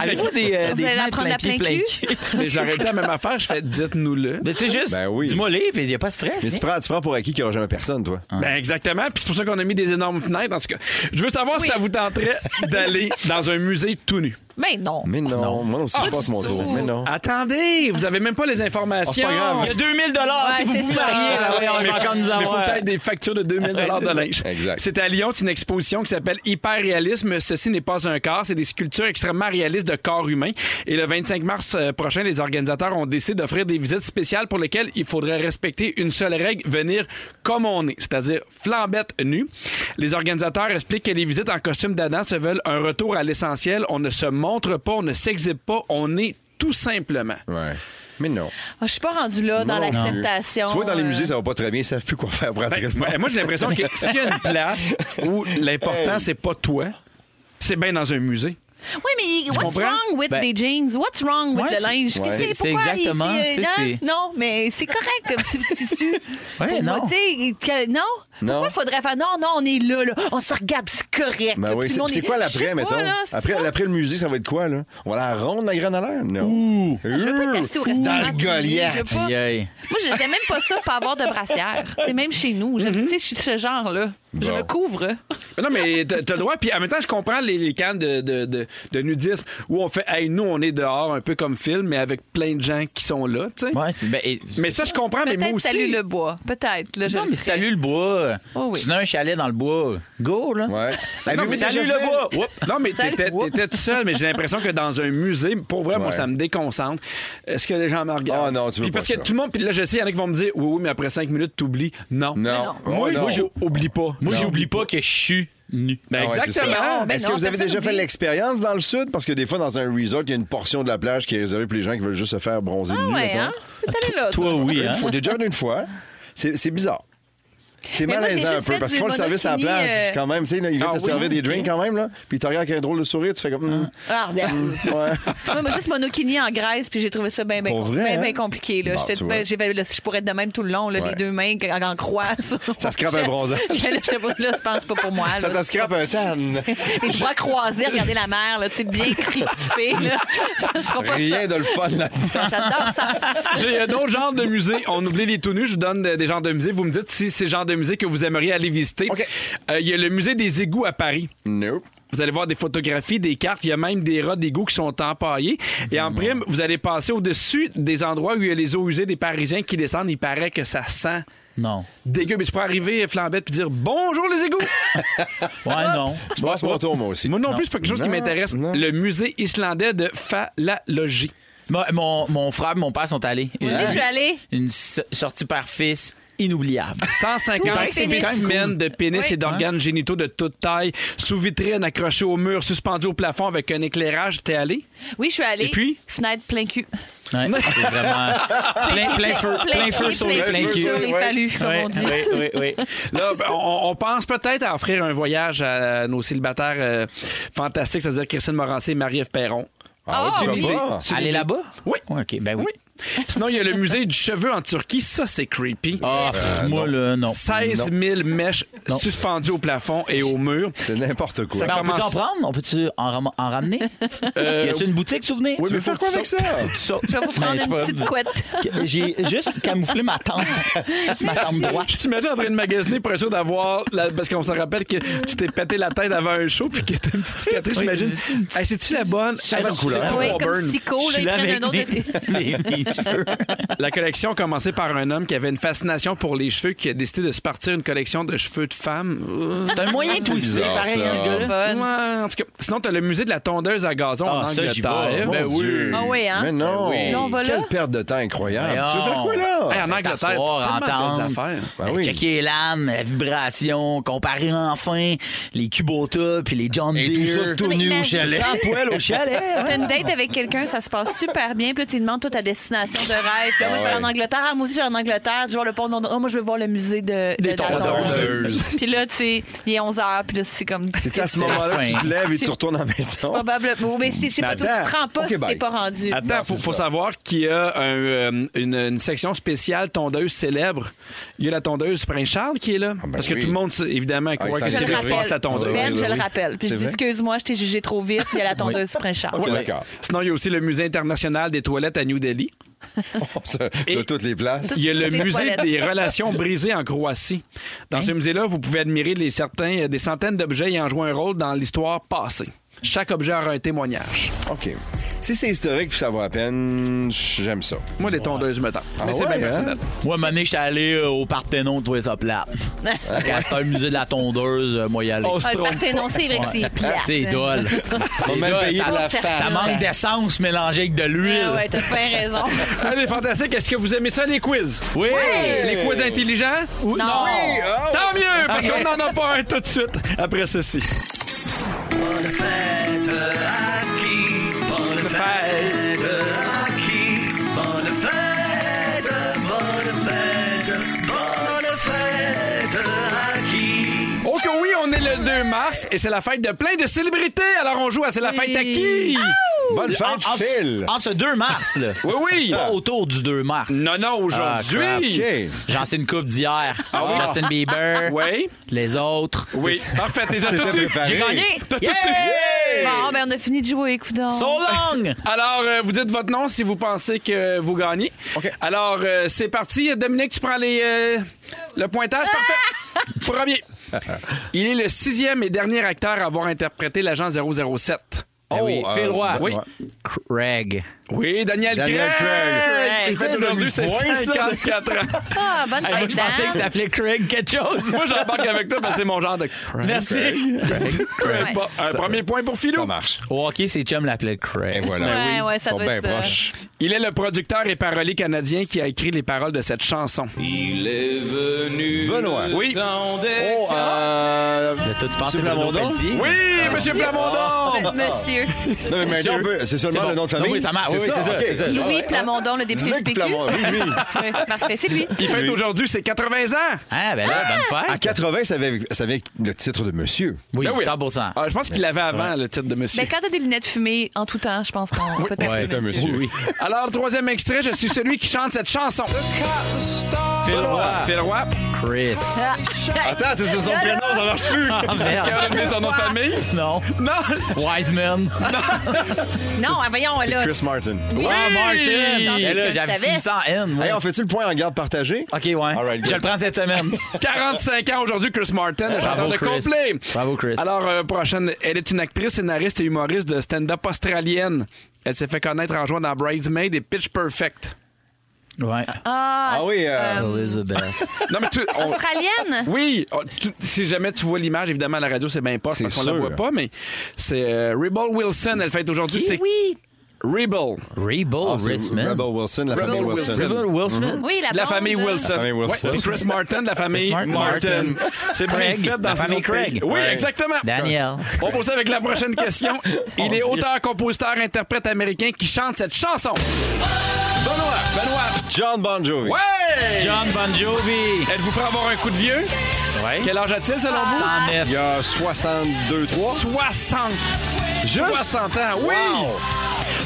Avez-vous des, euh,
Vous
des
allez
fenêtres
apprendre
plein
la
pied,
plein
plein
cul?
cul?
Mais je leur ai dit la même affaire, je fais dites-nous le.
Mais tu sais, juste,
Ben oui.
dis-moi les, puis il n'y a pas de stress. hein?
Mais tu prends, tu prends pour acquis qu'il n'y aura jamais personne, toi.
Ben exactement, puis c'est pour ça qu'on a mis des énormes fenêtres en tout cas. Je veux savoir si ça vous tenterait d'aller dans un musée tout nu.
Mais Ben non.
Mais non, moi aussi,
Ah,
je passe mon tour. Mais non.
Attendez, vous avez même Oh, pas les informations.
pas grave.
Il y a 2000 dollars si
Ouais,
vous
c'est
vous
ça.
mariez. Ben oui, on
Mais
va encore nous
faut- mais faut
avoir.
peut-être des factures de 2000 dollars de linge.
Exact.
C'est à Lyon, c'est une exposition qui s'appelle Hyperréalisme. Ceci n'est pas un corps, c'est des sculptures extrêmement réalistes de corps humain. Et le 25 mars euh, prochain, les organisateurs ont décidé d'offrir des visites spéciales pour lesquelles il faudrait respecter une seule règle venir comme on est, c'est-à-dire flambette nue. Les organisateurs expliquent que les visites en costume d'Adam se veulent un retour à l'essentiel. On ne se montre pas, on ne s'exhibe pas, on est tout simplement.
Ouais. Mais non.
Ah, Je suis pas rendue là dans
Non.
l'acceptation.
Tu vois, dans les
euh,
musées, ça va pas très bien. Ils savent plus quoi faire pratiquement.
Ben, Ouais, moi, j'ai l'impression que s'il y a une place où l'important, c'est pas toi, c'est bien dans un musée.
Oui, mais what's
comprends?
wrong with
Ben-
des jeans? What's wrong with
Ouais,
le
c'est-
linge?
ouais.
Qu'est-ce que
C'est
pourquoi il-
exactement,
il-
tu sais,
hein?
c'est-
Non, mais c'est correct comme petit tissu.
Ouais,
Pour moi,
non.
tu sais, que- non.
Non.
Pourquoi faudrait faire non, non, on est là, là. on se regarde, c'est correct.
Ben
là,
oui,
tout le
c'est
monde
c'est
est-
quoi
Je sais
l'après,
pas,
mettons?
là, c'est
Après,
ça.
après le musée, ça va être quoi, là? On va la ronde, la grande à l'air? Non. Ouh!
pas tester au restaurant.
Dans le Goliath!
Je veux pas.
Aïe.
Moi, je- j'aime même pas ça pour avoir de brassière. Tu sais, même chez nous, je- tu sais, je suis de ce genre-là. Je
Bon.
me couvre.
Ah,
Non, mais t'as t'as le droit. Puis en même temps, je comprends les, les camps de, de, de- de nudisme où on fait, hey, nous, on est dehors, un peu comme film, mais avec plein de gens qui sont là, tu sais.
Ouais, c'est- ben, et-
Mais ça, je comprends, mais moi
Peut-être
aussi.
salut le bois. Peut-être. là, je
non,
le
mais
ferais.
salut le bois.
Oh oui.
Tu n'as un chalet dans le bois. Go, là.
Ouais.
Non,
Avez-vous
mais
déjà
salut
fait-
le bois. Oups.
Non, mais t'étais
Salut.
t'étais tout seul, mais j'ai l'impression que dans un musée, pour vrai, moi,
Ouais.
ça me déconcentre. Est-ce que les gens me regardent?
Ah non, tu veux
Puis
pas
Parce
ça.
que tout le monde, puis là, je sais, il y en a qui vont me dire, oui, oui, mais après cinq minutes, t'oublies. Non.
Non. Oh,
Moi,
non.
moi, j'oublie pas.
Moi,
Non.
j'oublie pas que je suis nu.
Ben,
Ah ouais, c'est
exactement.
ça.
Non, ben
Est-ce
non,
que vous avez
personne
déjà fait
oublie.
l'expérience dans le sud? Parce que des fois, dans un resort, il y a une portion de la plage qui est réservée pour les gens qui veulent juste se faire bronzer
Ah
nu,
ouais,
mettons.
hein? T'es allé là.
Toi, oui, hein?
Faut déjà une fois. C'est c'est bizarre. C'est
Mais moi, j'ai
malaisant un
juste
peu
fait
parce
du
qu'ils font le service à la
monokini,
plage
euh,
quand même. Tu sais, là, ils viennent
Ah
te
oui,
servir des drinks quand même, là. Puis ils te regardent avec un drôle de sourire, tu fais comme. hum,
Ah, ben.
ouais.
Moi, moi, juste monokini en Grèce, puis j'ai trouvé ça bien, bien,
Pour vrai, hein?
compliqué. Là.
Bon,
J'étais-
tu vois.
ben, j'ai- là, je pourrais être de même tout le long, là,
Ouais.
les deux mains en, en croix. [laughs]
Ça scrape un bronzage.
J'étais là, j'étais pas- là, je pense pas pour moi.
Ça
Là.
te scrape un
[laughs]
tan.
Les bras croisés, regarder la mer, là, tu sais, bien crispé. Là. [laughs] Ça sera pas
Rien de le fun là-dedans.
ça. J'adore ça.
J'ai euh, d'autres genres de musées. On oublie les tout nus. Je vous donne euh, des genres de musées. Vous me dites si c'est le genre de musée que vous aimeriez aller visiter. Euh,
OK.
Il y a le musée des égouts à Paris.
Nope.
Vous allez voir des photographies, des cartes. Il y a même des rats d'égouts qui sont empaillés. Et en prime, vous allez passer au-dessus des endroits où il y a les eaux usées des Parisiens qui descendent. Il paraît que ça sent
Non.
dégueu. Mais tu peux arriver flambette puis dire bonjour les égouts.
Ouais, non.
Je passe mon tour, moi aussi.
Moi non, plus, c'est pas quelque chose qui m'intéresse.
non.
Le musée islandais de Falalogie.
Moi, Mon, mon frère et mon père sont allés.
Moi aussi, je suis allée.
Une so- sortie par fils inoubliable.
156
Pénis.
spécimens de pénis
Oui.
et d'organes génitaux de toute taille, sous vitrine, accrochés au mur, suspendus au plafond avec un éclairage. T'es allé?
Oui, je suis allée.
Et puis?
Fenêtre plein cul.
Ouais, c'est
[laughs]
vraiment plein, plein feu, plein feu
pied,
sur les
plein
plein
pied
cul.
sur les
Ouais.
fallus, comme
Ouais,
on dit.
Oui, oui, oui. [laughs]
Là, ben, on, on pense peut-être à offrir un voyage à nos célibataires euh, fantastiques, c'est-à-dire Christine Morancé et Marie-Ève Perron.
Ah,
Ah,
oui,
oui.
pourquoi pas?
C'est
Aller
l'idée.
là-bas?
Oui.
Ouais, OK, ben oui.
Oui. Sinon, il y a le musée du cheveu en Turquie. Ça, c'est creepy.
Ah, pff, moi, là, non.
16 000 mèches
Non.
suspendues au plafond et au mur.
C'est n'importe quoi.
Ça
Ben, on peut-tu
commence-
en prendre? On peut-tu en, ram- en ramener? [laughs] y a-tu une boutique souvenir?
Oui,
Tu
mais
veux
faire quoi
tu
avec
sautes?
ça?
Tu sautes.
Je vais vous prendre
Ben, je
une
peux-
petite couette.
J'ai juste camouflé ma tente, ma tente
Je
droite.
t'imagine en train de magasiner pour être sûr d'avoir. la- Parce qu'on se rappelle que tu t'es pété la tête avant un show puis que t'as une petite cicatrice,
Oui,
j'imagine.
une petite-
Hey, C'est-tu la bonne?
C'est
Hey,
la
non,
couleur.
c'est toi,
Oui, comme
Auburn.
Psycho, là, ils prennent un autre
mes,
de
[laughs]
tes-
mes- mes cheveux.
La collection a commencé par un homme qui avait une fascination pour les cheveux qui a décidé de se partir une collection de cheveux de femmes. Euh,
C'est un moyen
C'est
twisté,
bizarre,
pareil,
ça.
hein, ce gars-là.
Bonne.
ouais, en tout cas, sinon, t'as le musée de la tondeuse à gazon
Ah,
en
ça, j'y vais.
Angleterre.
Mon
Ben oui.
Dieu.
Ah oui, hein?
Mais
Ben
non.
oui.
Là, on va
Quelle
là.
perte de temps incroyable.
Voyons.
Tu veux faire quoi là?
Hey, en Angleterre,
T'asseoir,
tellement de belles
entendre.
affaires.
Ben oui.
Checker l'âme, la vibration, comparer enfin les Kubota puis les John Deere.
tout nu au chalet.
Sans poêle au chalet. ouais.
T'as une date avec quelqu'un, ça se passe super bien. Puis là, tu lui demandes toi ta destination de rêve. Puis là, moi, je vais aller en Angleterre. Ah, moi aussi, je vais en Angleterre. Je vais voir le pont de Londres. Ah, moi, je vais voir le musée de, de la
tondeuses.
tondeuse. Puis là, tu sais, il est 11 h. Puis là, c'est comme.
C'est à ce
la
moment-là que
fin.
tu te lèves et tu retournes à la maison.
[laughs] Probablement. Mais c'est- je sais pas, toi, tu te rends pas
Ok,
si t'es
bye.
pas rendu.
Attends,
Non,
faut,
c'est
faut
ça.
savoir qu'il y a un, euh, une, une section spéciale tondeuse célèbre. Il y a la tondeuse Prince Charles qui est là.
ben
Parce que
oui. Ah,
tout le monde, sait, évidemment, croit
ça
que
Je
c'est
le
vrai.
lui qui passe
rappelle.
la tondeuse.
Ben,
Oui,
je
oui.
le rappelle. Puis je
C'est
dis,
vrai.
excuse-moi, je t'ai jugé trop vite. Puis il y a la tondeuse Prince Charles.
Ok, d'accord.
Sinon, il y a aussi le musée international des toilettes à New Delhi.
[laughs] De
Et-
toutes les places.
Il y a le
Des
musée
toilettes. Hein?
des relations brisées en Croatie. Dans ce musée-là, vous pouvez admirer les certains, euh, des centaines d'objets ayant joué un rôle dans l'histoire passée. Chaque objet aura un témoignage.
OK. Si c'est historique puis ça vaut la peine, j'aime ça.
Moi, les tondeuses me tentent. Mais c'est
ouais,
bien
hein?
personnel.
[laughs] Moi, Mané, j'étais allé euh, au Parthénon trouver ça [laughs] plate. Quand c'était un musée de la tondeuse, euh, moi, y aller.
On se
Ah, le
trompe.
Parthénon, c'est vrai que c'est plate. Ah
C'est idole.
On même payé
ça,
pour la
ça-
ça
face.
manque d'essence mélangée avec de l'huile.
Ah ouais, t'as bien raison.
Allez, fantastique. Est-ce que vous aimez ça, les quiz?
Oui!
Les quiz intelligents? Ou-
Non.
Tant mieux, parce qu'on n'en a pas un tout de suite après ceci. Ok, oui, on est le 2 mars et c'est la fête de plein de célébrités. Alors on joue à C'est la fête à qui?
Bonne
En,
fête,
en-
Phil.
en ce 2 mars, là.
Oui, oui.
Pas autour du 2 mars.
Ah. Non, non,
Oh. Ah, crap.
aujourd'hui.
OK.
J'en sais une coupe d'hier.
Ah oui?
Justin Bieber.
Oui.
Les autres.
Oui. En fait, les a
C'était
toutes eues.
préparé.
J'ai gagné. T'as [laughs] tout eu.
Bon, ben, on a fini de jouer, coudons.
So long!
Alors, euh, vous dites votre nom si vous pensez que vous gagnez.
OK.
Alors, euh, c'est parti. Dominique, tu prends les, euh, le pointage.
[laughs]
Parfait. Premier. Il est le sixième et dernier acteur à avoir interprété l'agent 007.
Ben oui.
euh,
Phil Roy.
Oui.
Craig.
Oui, Daniel,
Ah, Daniel Craig.
Il fait
Ça,
aujourd'hui
donne
ses
point, ça.
54 ans.
Ah, bonne
Hey, moi,
fête,
je pensais que
Dan.
ça s'appelait Craig quelque chose.
Moi, j'embarque avec toi parce que c'est mon genre de...
Merci.
Peu
Ouais.
importe. Un premier point pour Philou.
Ça marche.
Au hockey, ses chums l'appelaient
Et
Craig.
voilà.
Ouais, ouais,
Ils
ça
sont
doit
bien
être ça.
proches.
Il est le producteur et parolier canadien qui a écrit les paroles de cette chanson.
Euh,
Benoît.
Oui.
Oh, euh...
Là, toi, tu penses que
Monsieur
c'est Bruno
Plamondon?
Pelletier?
Oui, Monsieur
Ah, ben,
Plamondon!
Monsieur
Non, mais maintenant, on peut- c'est seulement
C'est bon.
le nom de famille.
Non, oui, ça marche. Oui, oui, c'est ça, c'est ça.
Louis Plamondon, le député du
Luc
PQ.
Plamondon, oui, oui.
[laughs] Oui, parfait, c'est lui.
Il fête aujourd'hui ses 80 ans.
Ah, ben là, bonne fête.
À 80, ça avait, ça avait le titre de monsieur.
Oui,
Ben oui.
100
Ah, je pense qu'il l'avait avant, le titre de monsieur.
Ben, quand t'as des lunettes fumées en tout temps, je pense qu'on peut
Ouais, t'es un monsieur.
Oui.
Alors, troisième extrait, je suis celui qui chante cette chanson. Phil Roy. Phil Roy.
Chris.
Attends, c'est son prénom, ça marche plus.
Ah,
Est-ce qu'elle a
merde.
donné son nom de famille?
Non.
Non!
[laughs] Wiseman.
Non, ah, voyons, là.
Chris Martin.
Oui!
Ah, Martin.
Jean-Luc,
Ben là,
je
j'avais
savais.
fini ça en N. ouais.
Hey, on fait-tu le point en garde partagée?
OK, ouais.
All right,
je
good.
le prends cette semaine.
45 ans aujourd'hui, Chris Martin, le chanteur de
Chris.
Coldplay.
Bravo, Chris.
Alors, euh, prochaine, elle est une actrice, scénariste et humoriste de stand-up australienne. Elle s'est fait connaître en jouant dans Bridesmaid et Pitch Perfect.
ouais.
Ah,
Ah oui, euh,
Elizabeth.
Non, mais tu. on-
australienne?
Oui, oh, tu- si jamais tu vois l'image, évidemment, à la radio, c'est bien pas,
C'est
parce qu'on la
sûr.
voit pas, mais c'est euh, Rebel Wilson, elle fête aujourd'hui.
Oui,
c'est
oui.
Rebel.
Rebel
Ah, c'est
Richmond. Mhm.
Rebel Wilson, la famille Wilson.
Rebel Wilson.
Oui, la,
De la
blonde,
famille
euh,
Wilson.
La famille Wilson.
Ouais, puis Chris Martin de la famille
Mar-
Martin.
Martin.
C'est bien
Craig,
fait dans
la
ces
famille
autres
Craig.
pays. Oui,
Ouais.
exactement.
Daniel.
On poursuit avec la prochaine
[laughs]
question.
Mon
Il est
Dieu.
auteur, compositeur, interprète américain qui chante cette chanson. Benoît. Benoît.
John Bon Jovi.
Ouais!
John Bon Jovi.
Êtes-vous prêt à avoir un coup de vieux? Quel âge a-t-il selon vous?
109.
Il y a 62, 3.
60. 60 ans, oui! Ah,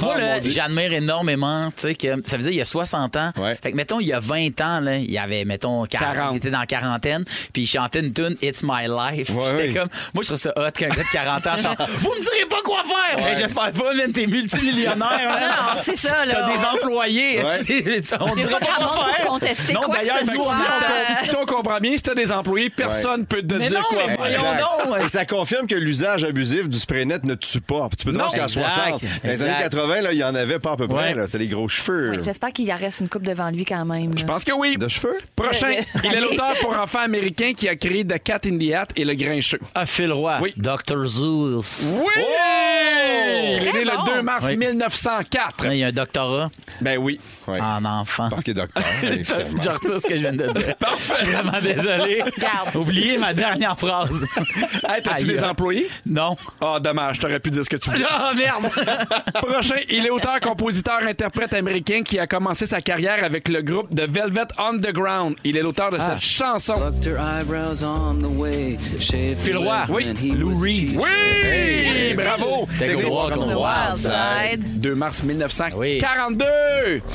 Moi, là,
mon Dieu.
j'admire énormément, tu sais, que ça veut dire il y a 60 ans.
Ouais.
Fait que, mettons, il y a 20 ans, là, il y avait, mettons, 40,
40.
il était dans la quarantaine, puis il chantait une tune It's My Life.
Ouais,
J'étais
ouais.
comme, moi, je trouve ça hot qu'un gars de 40 ans
[laughs]
chante Vous me direz pas quoi faire! Hey, J'espère pas, man, t'es multimillionnaire, hein? man.
Ah Non, non, c'est ça, là.
T'as des employés,
Ouais.
[laughs] c'est- on
Il n'y a
dirait pas
pas grand
quoi
monde
faire.
pour contester
Non,
quoi que
d'ailleurs,
ce
fait que
Si on,
soit.
com- si on comprend bien, si t'as des employés, personne peut te
Mais
dire
non,
quoi
mais voyons
faire.
donc, ouais.
Et ça confirme que l'usage abusif du spray net ne tue pas. Tu peux te
Non.
rendre jusqu'à
Exact.
60. Dans les
Exact.
années 80, là, il y en avait pas à peu près.
Ouais.
là. C'est les gros cheveux.
Ouais, Euh, J'espère qu'il y en reste une coupe devant lui quand même.
Je pense que oui.
de cheveux?
Prochain,
Euh,
il est
allez.
l'auteur pour enfants américain qui a créé The Cat in the Hat et Le Grincheux.
Ah, Phil Roy.
Oui.
Dr. Zeus.
Oui! il est né
Très bon.
le 2 mars
Oui.
1904.
Là, Il y a un doctorat
Ben oui.
Ouais.
en enfant.
Parce qu'il
[laughs]
est docteur. finalement.
Je retire ce que je viens de
[laughs]
dire. Parfait. Je suis vraiment désolé.
Garde.
Oubliez ma dernière phrase.
[laughs] Hey,
Aïe.
t'as-tu
hein.
des employés?
Non.
Ah, dommage, t'aurais pu dire ce
[laughs]
que tu voulais.
Oh merde.
[laughs] Prochain, il est auteur, compositeur, interprète américain qui a commencé sa carrière avec le groupe The Velvet Underground. Il est l'auteur de
Ah.
cette chanson.
Phil Roy.
Oui.
Lou Reed.
Oui! Bravo!
Take a walk on the wild
Side.
2 mars 1942.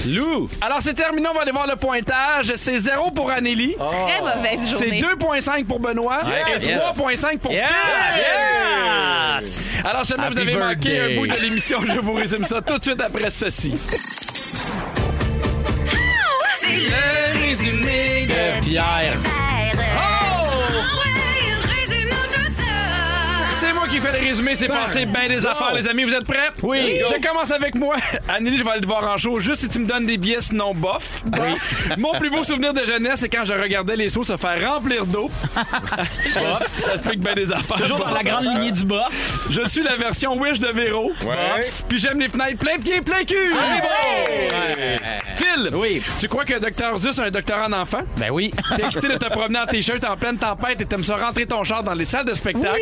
Lou.
Alors, c'est terminé. On va aller voir le pointage. C'est 0 pour Anneli.
Très mauvaise
C'est
journée.
2,5 pour Benoît
Yes.
et 3,5 pour
Yeah.
Phil.
Yes.
Alors, seulement vous
Happy
avez manqué
birthday.
un bout de l'émission, je vous résume ça tout de suite après ceci.
C'est le résumé de
Pierre.
Ah
C'est moi qui fais le résumé,
Ben,
c'est passé bien des affaires, les amis. Vous êtes prêts? Oui. Je commence avec moi. [laughs] Anneli, je vais aller te voir en show juste si tu me donnes des billets, sinon bof. Oui. [laughs] Mon plus beau souvenir de jeunesse, c'est quand je regardais les seaux se faire remplir d'eau.
[laughs]
ça, ça explique bien des affaires.
Toujours dans la grande lignée du bas.
Je suis la version Wish de Véro.
Ouais.
Puis j'aime les fenêtres plein pied, plein cul. Ça, c'est bon. Phil,
Ah, Oui.
tu crois que Dr. Zeus a un doctorat en enfant?
Ben oui.
T'es excité de te promener en t-shirt en pleine tempête et t'aimes ça rentrer ton char dans les salles de spectacle.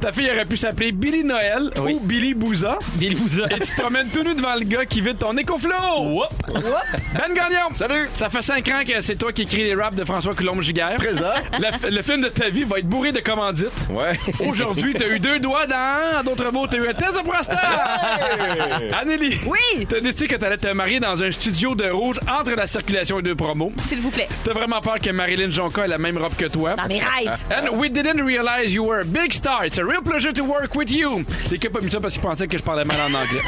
Ta fille aurait pu s'appeler Billy Noël
Oui.
ou Billy Bouza.
Billy Bouza.
Et tu te promènes tout nu devant le gars qui vide ton écoflow. Ben Gagnon.
Salut.
Ça fait 5 ans que c'est toi qui écris les raps de François Coulombe-Giguère.
Présent.
Le, le film de ta vie va être bourré de commandites.
Ouais.
Aujourd'hui, t'as eu deux doigts dans. en D'autres mots, t'as eu un test de prostate. Anneli.
Oui.
T'as décidé que t'allais te marier dans un studio de rouge entre la circulation et deux promos.
S'il vous plaît. Ah,
T'as vraiment peur que Marilyn Jonca ait la même robe que toi.
Dans mes rêves.
And we didn't realize you were a big star. It's a real pleasure to work with you. L'équipe a mis ça parce qu'ils pensaient que je parlais mal en anglais.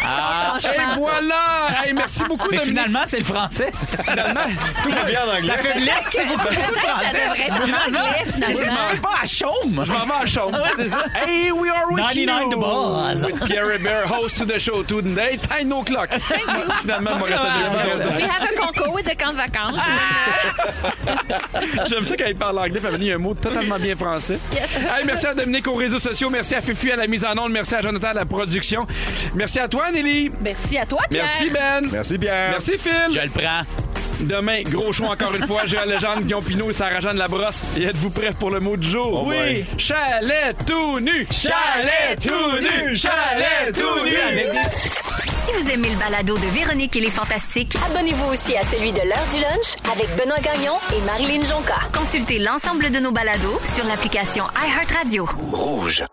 Et voilà! Hey, [laughs] merci beaucoup,
[laughs] Mais
Dominique.
finalement, c'est le français.
Finalement,
Tout va bien en anglais.
faiblesse, c'est le
Ça devrait
français.
être en anglais,
Qu'est-ce que
finalement.
tu fais pas à Chaume?
je m'en vais à la chambre. Hey, we are with
99
you.
the balls.
With Pierre Hébert, host to the show today. Time no clock. Finalement, on va rester à la maison.
We have a concours with the camp de vacances.
J'aime ça quand il parle anglais, fait venir un mot totalement bien français. Hey, merci à Dominique aux réseaux sociaux, merci à Fufu à la mise en onde, merci à Jonathan à la production. Merci à toi, Nelly.
Merci à toi, Pierre.
Merci, Ben.
[laughs] Merci, Pierre.
Merci, Phil.
Je le prends.
Demain, gros show encore une fois. J'ai la légende Guillaume Pinot et Sarah Jeanne Labrosse. Et êtes-vous prêts pour le mot du jour?
Oh boy.
Chalet tout nu.
Chalet tout nu. Chalet tout nu.
Avec des-
Si vous aimez le balado de Véronique et les Fantastiques,
Abonnez-vous aussi à celui de l'heure du lunch avec Benoît Gagnon et Marilyn Jonca.
consultez l'ensemble de nos balados sur l'application iHeartRadio.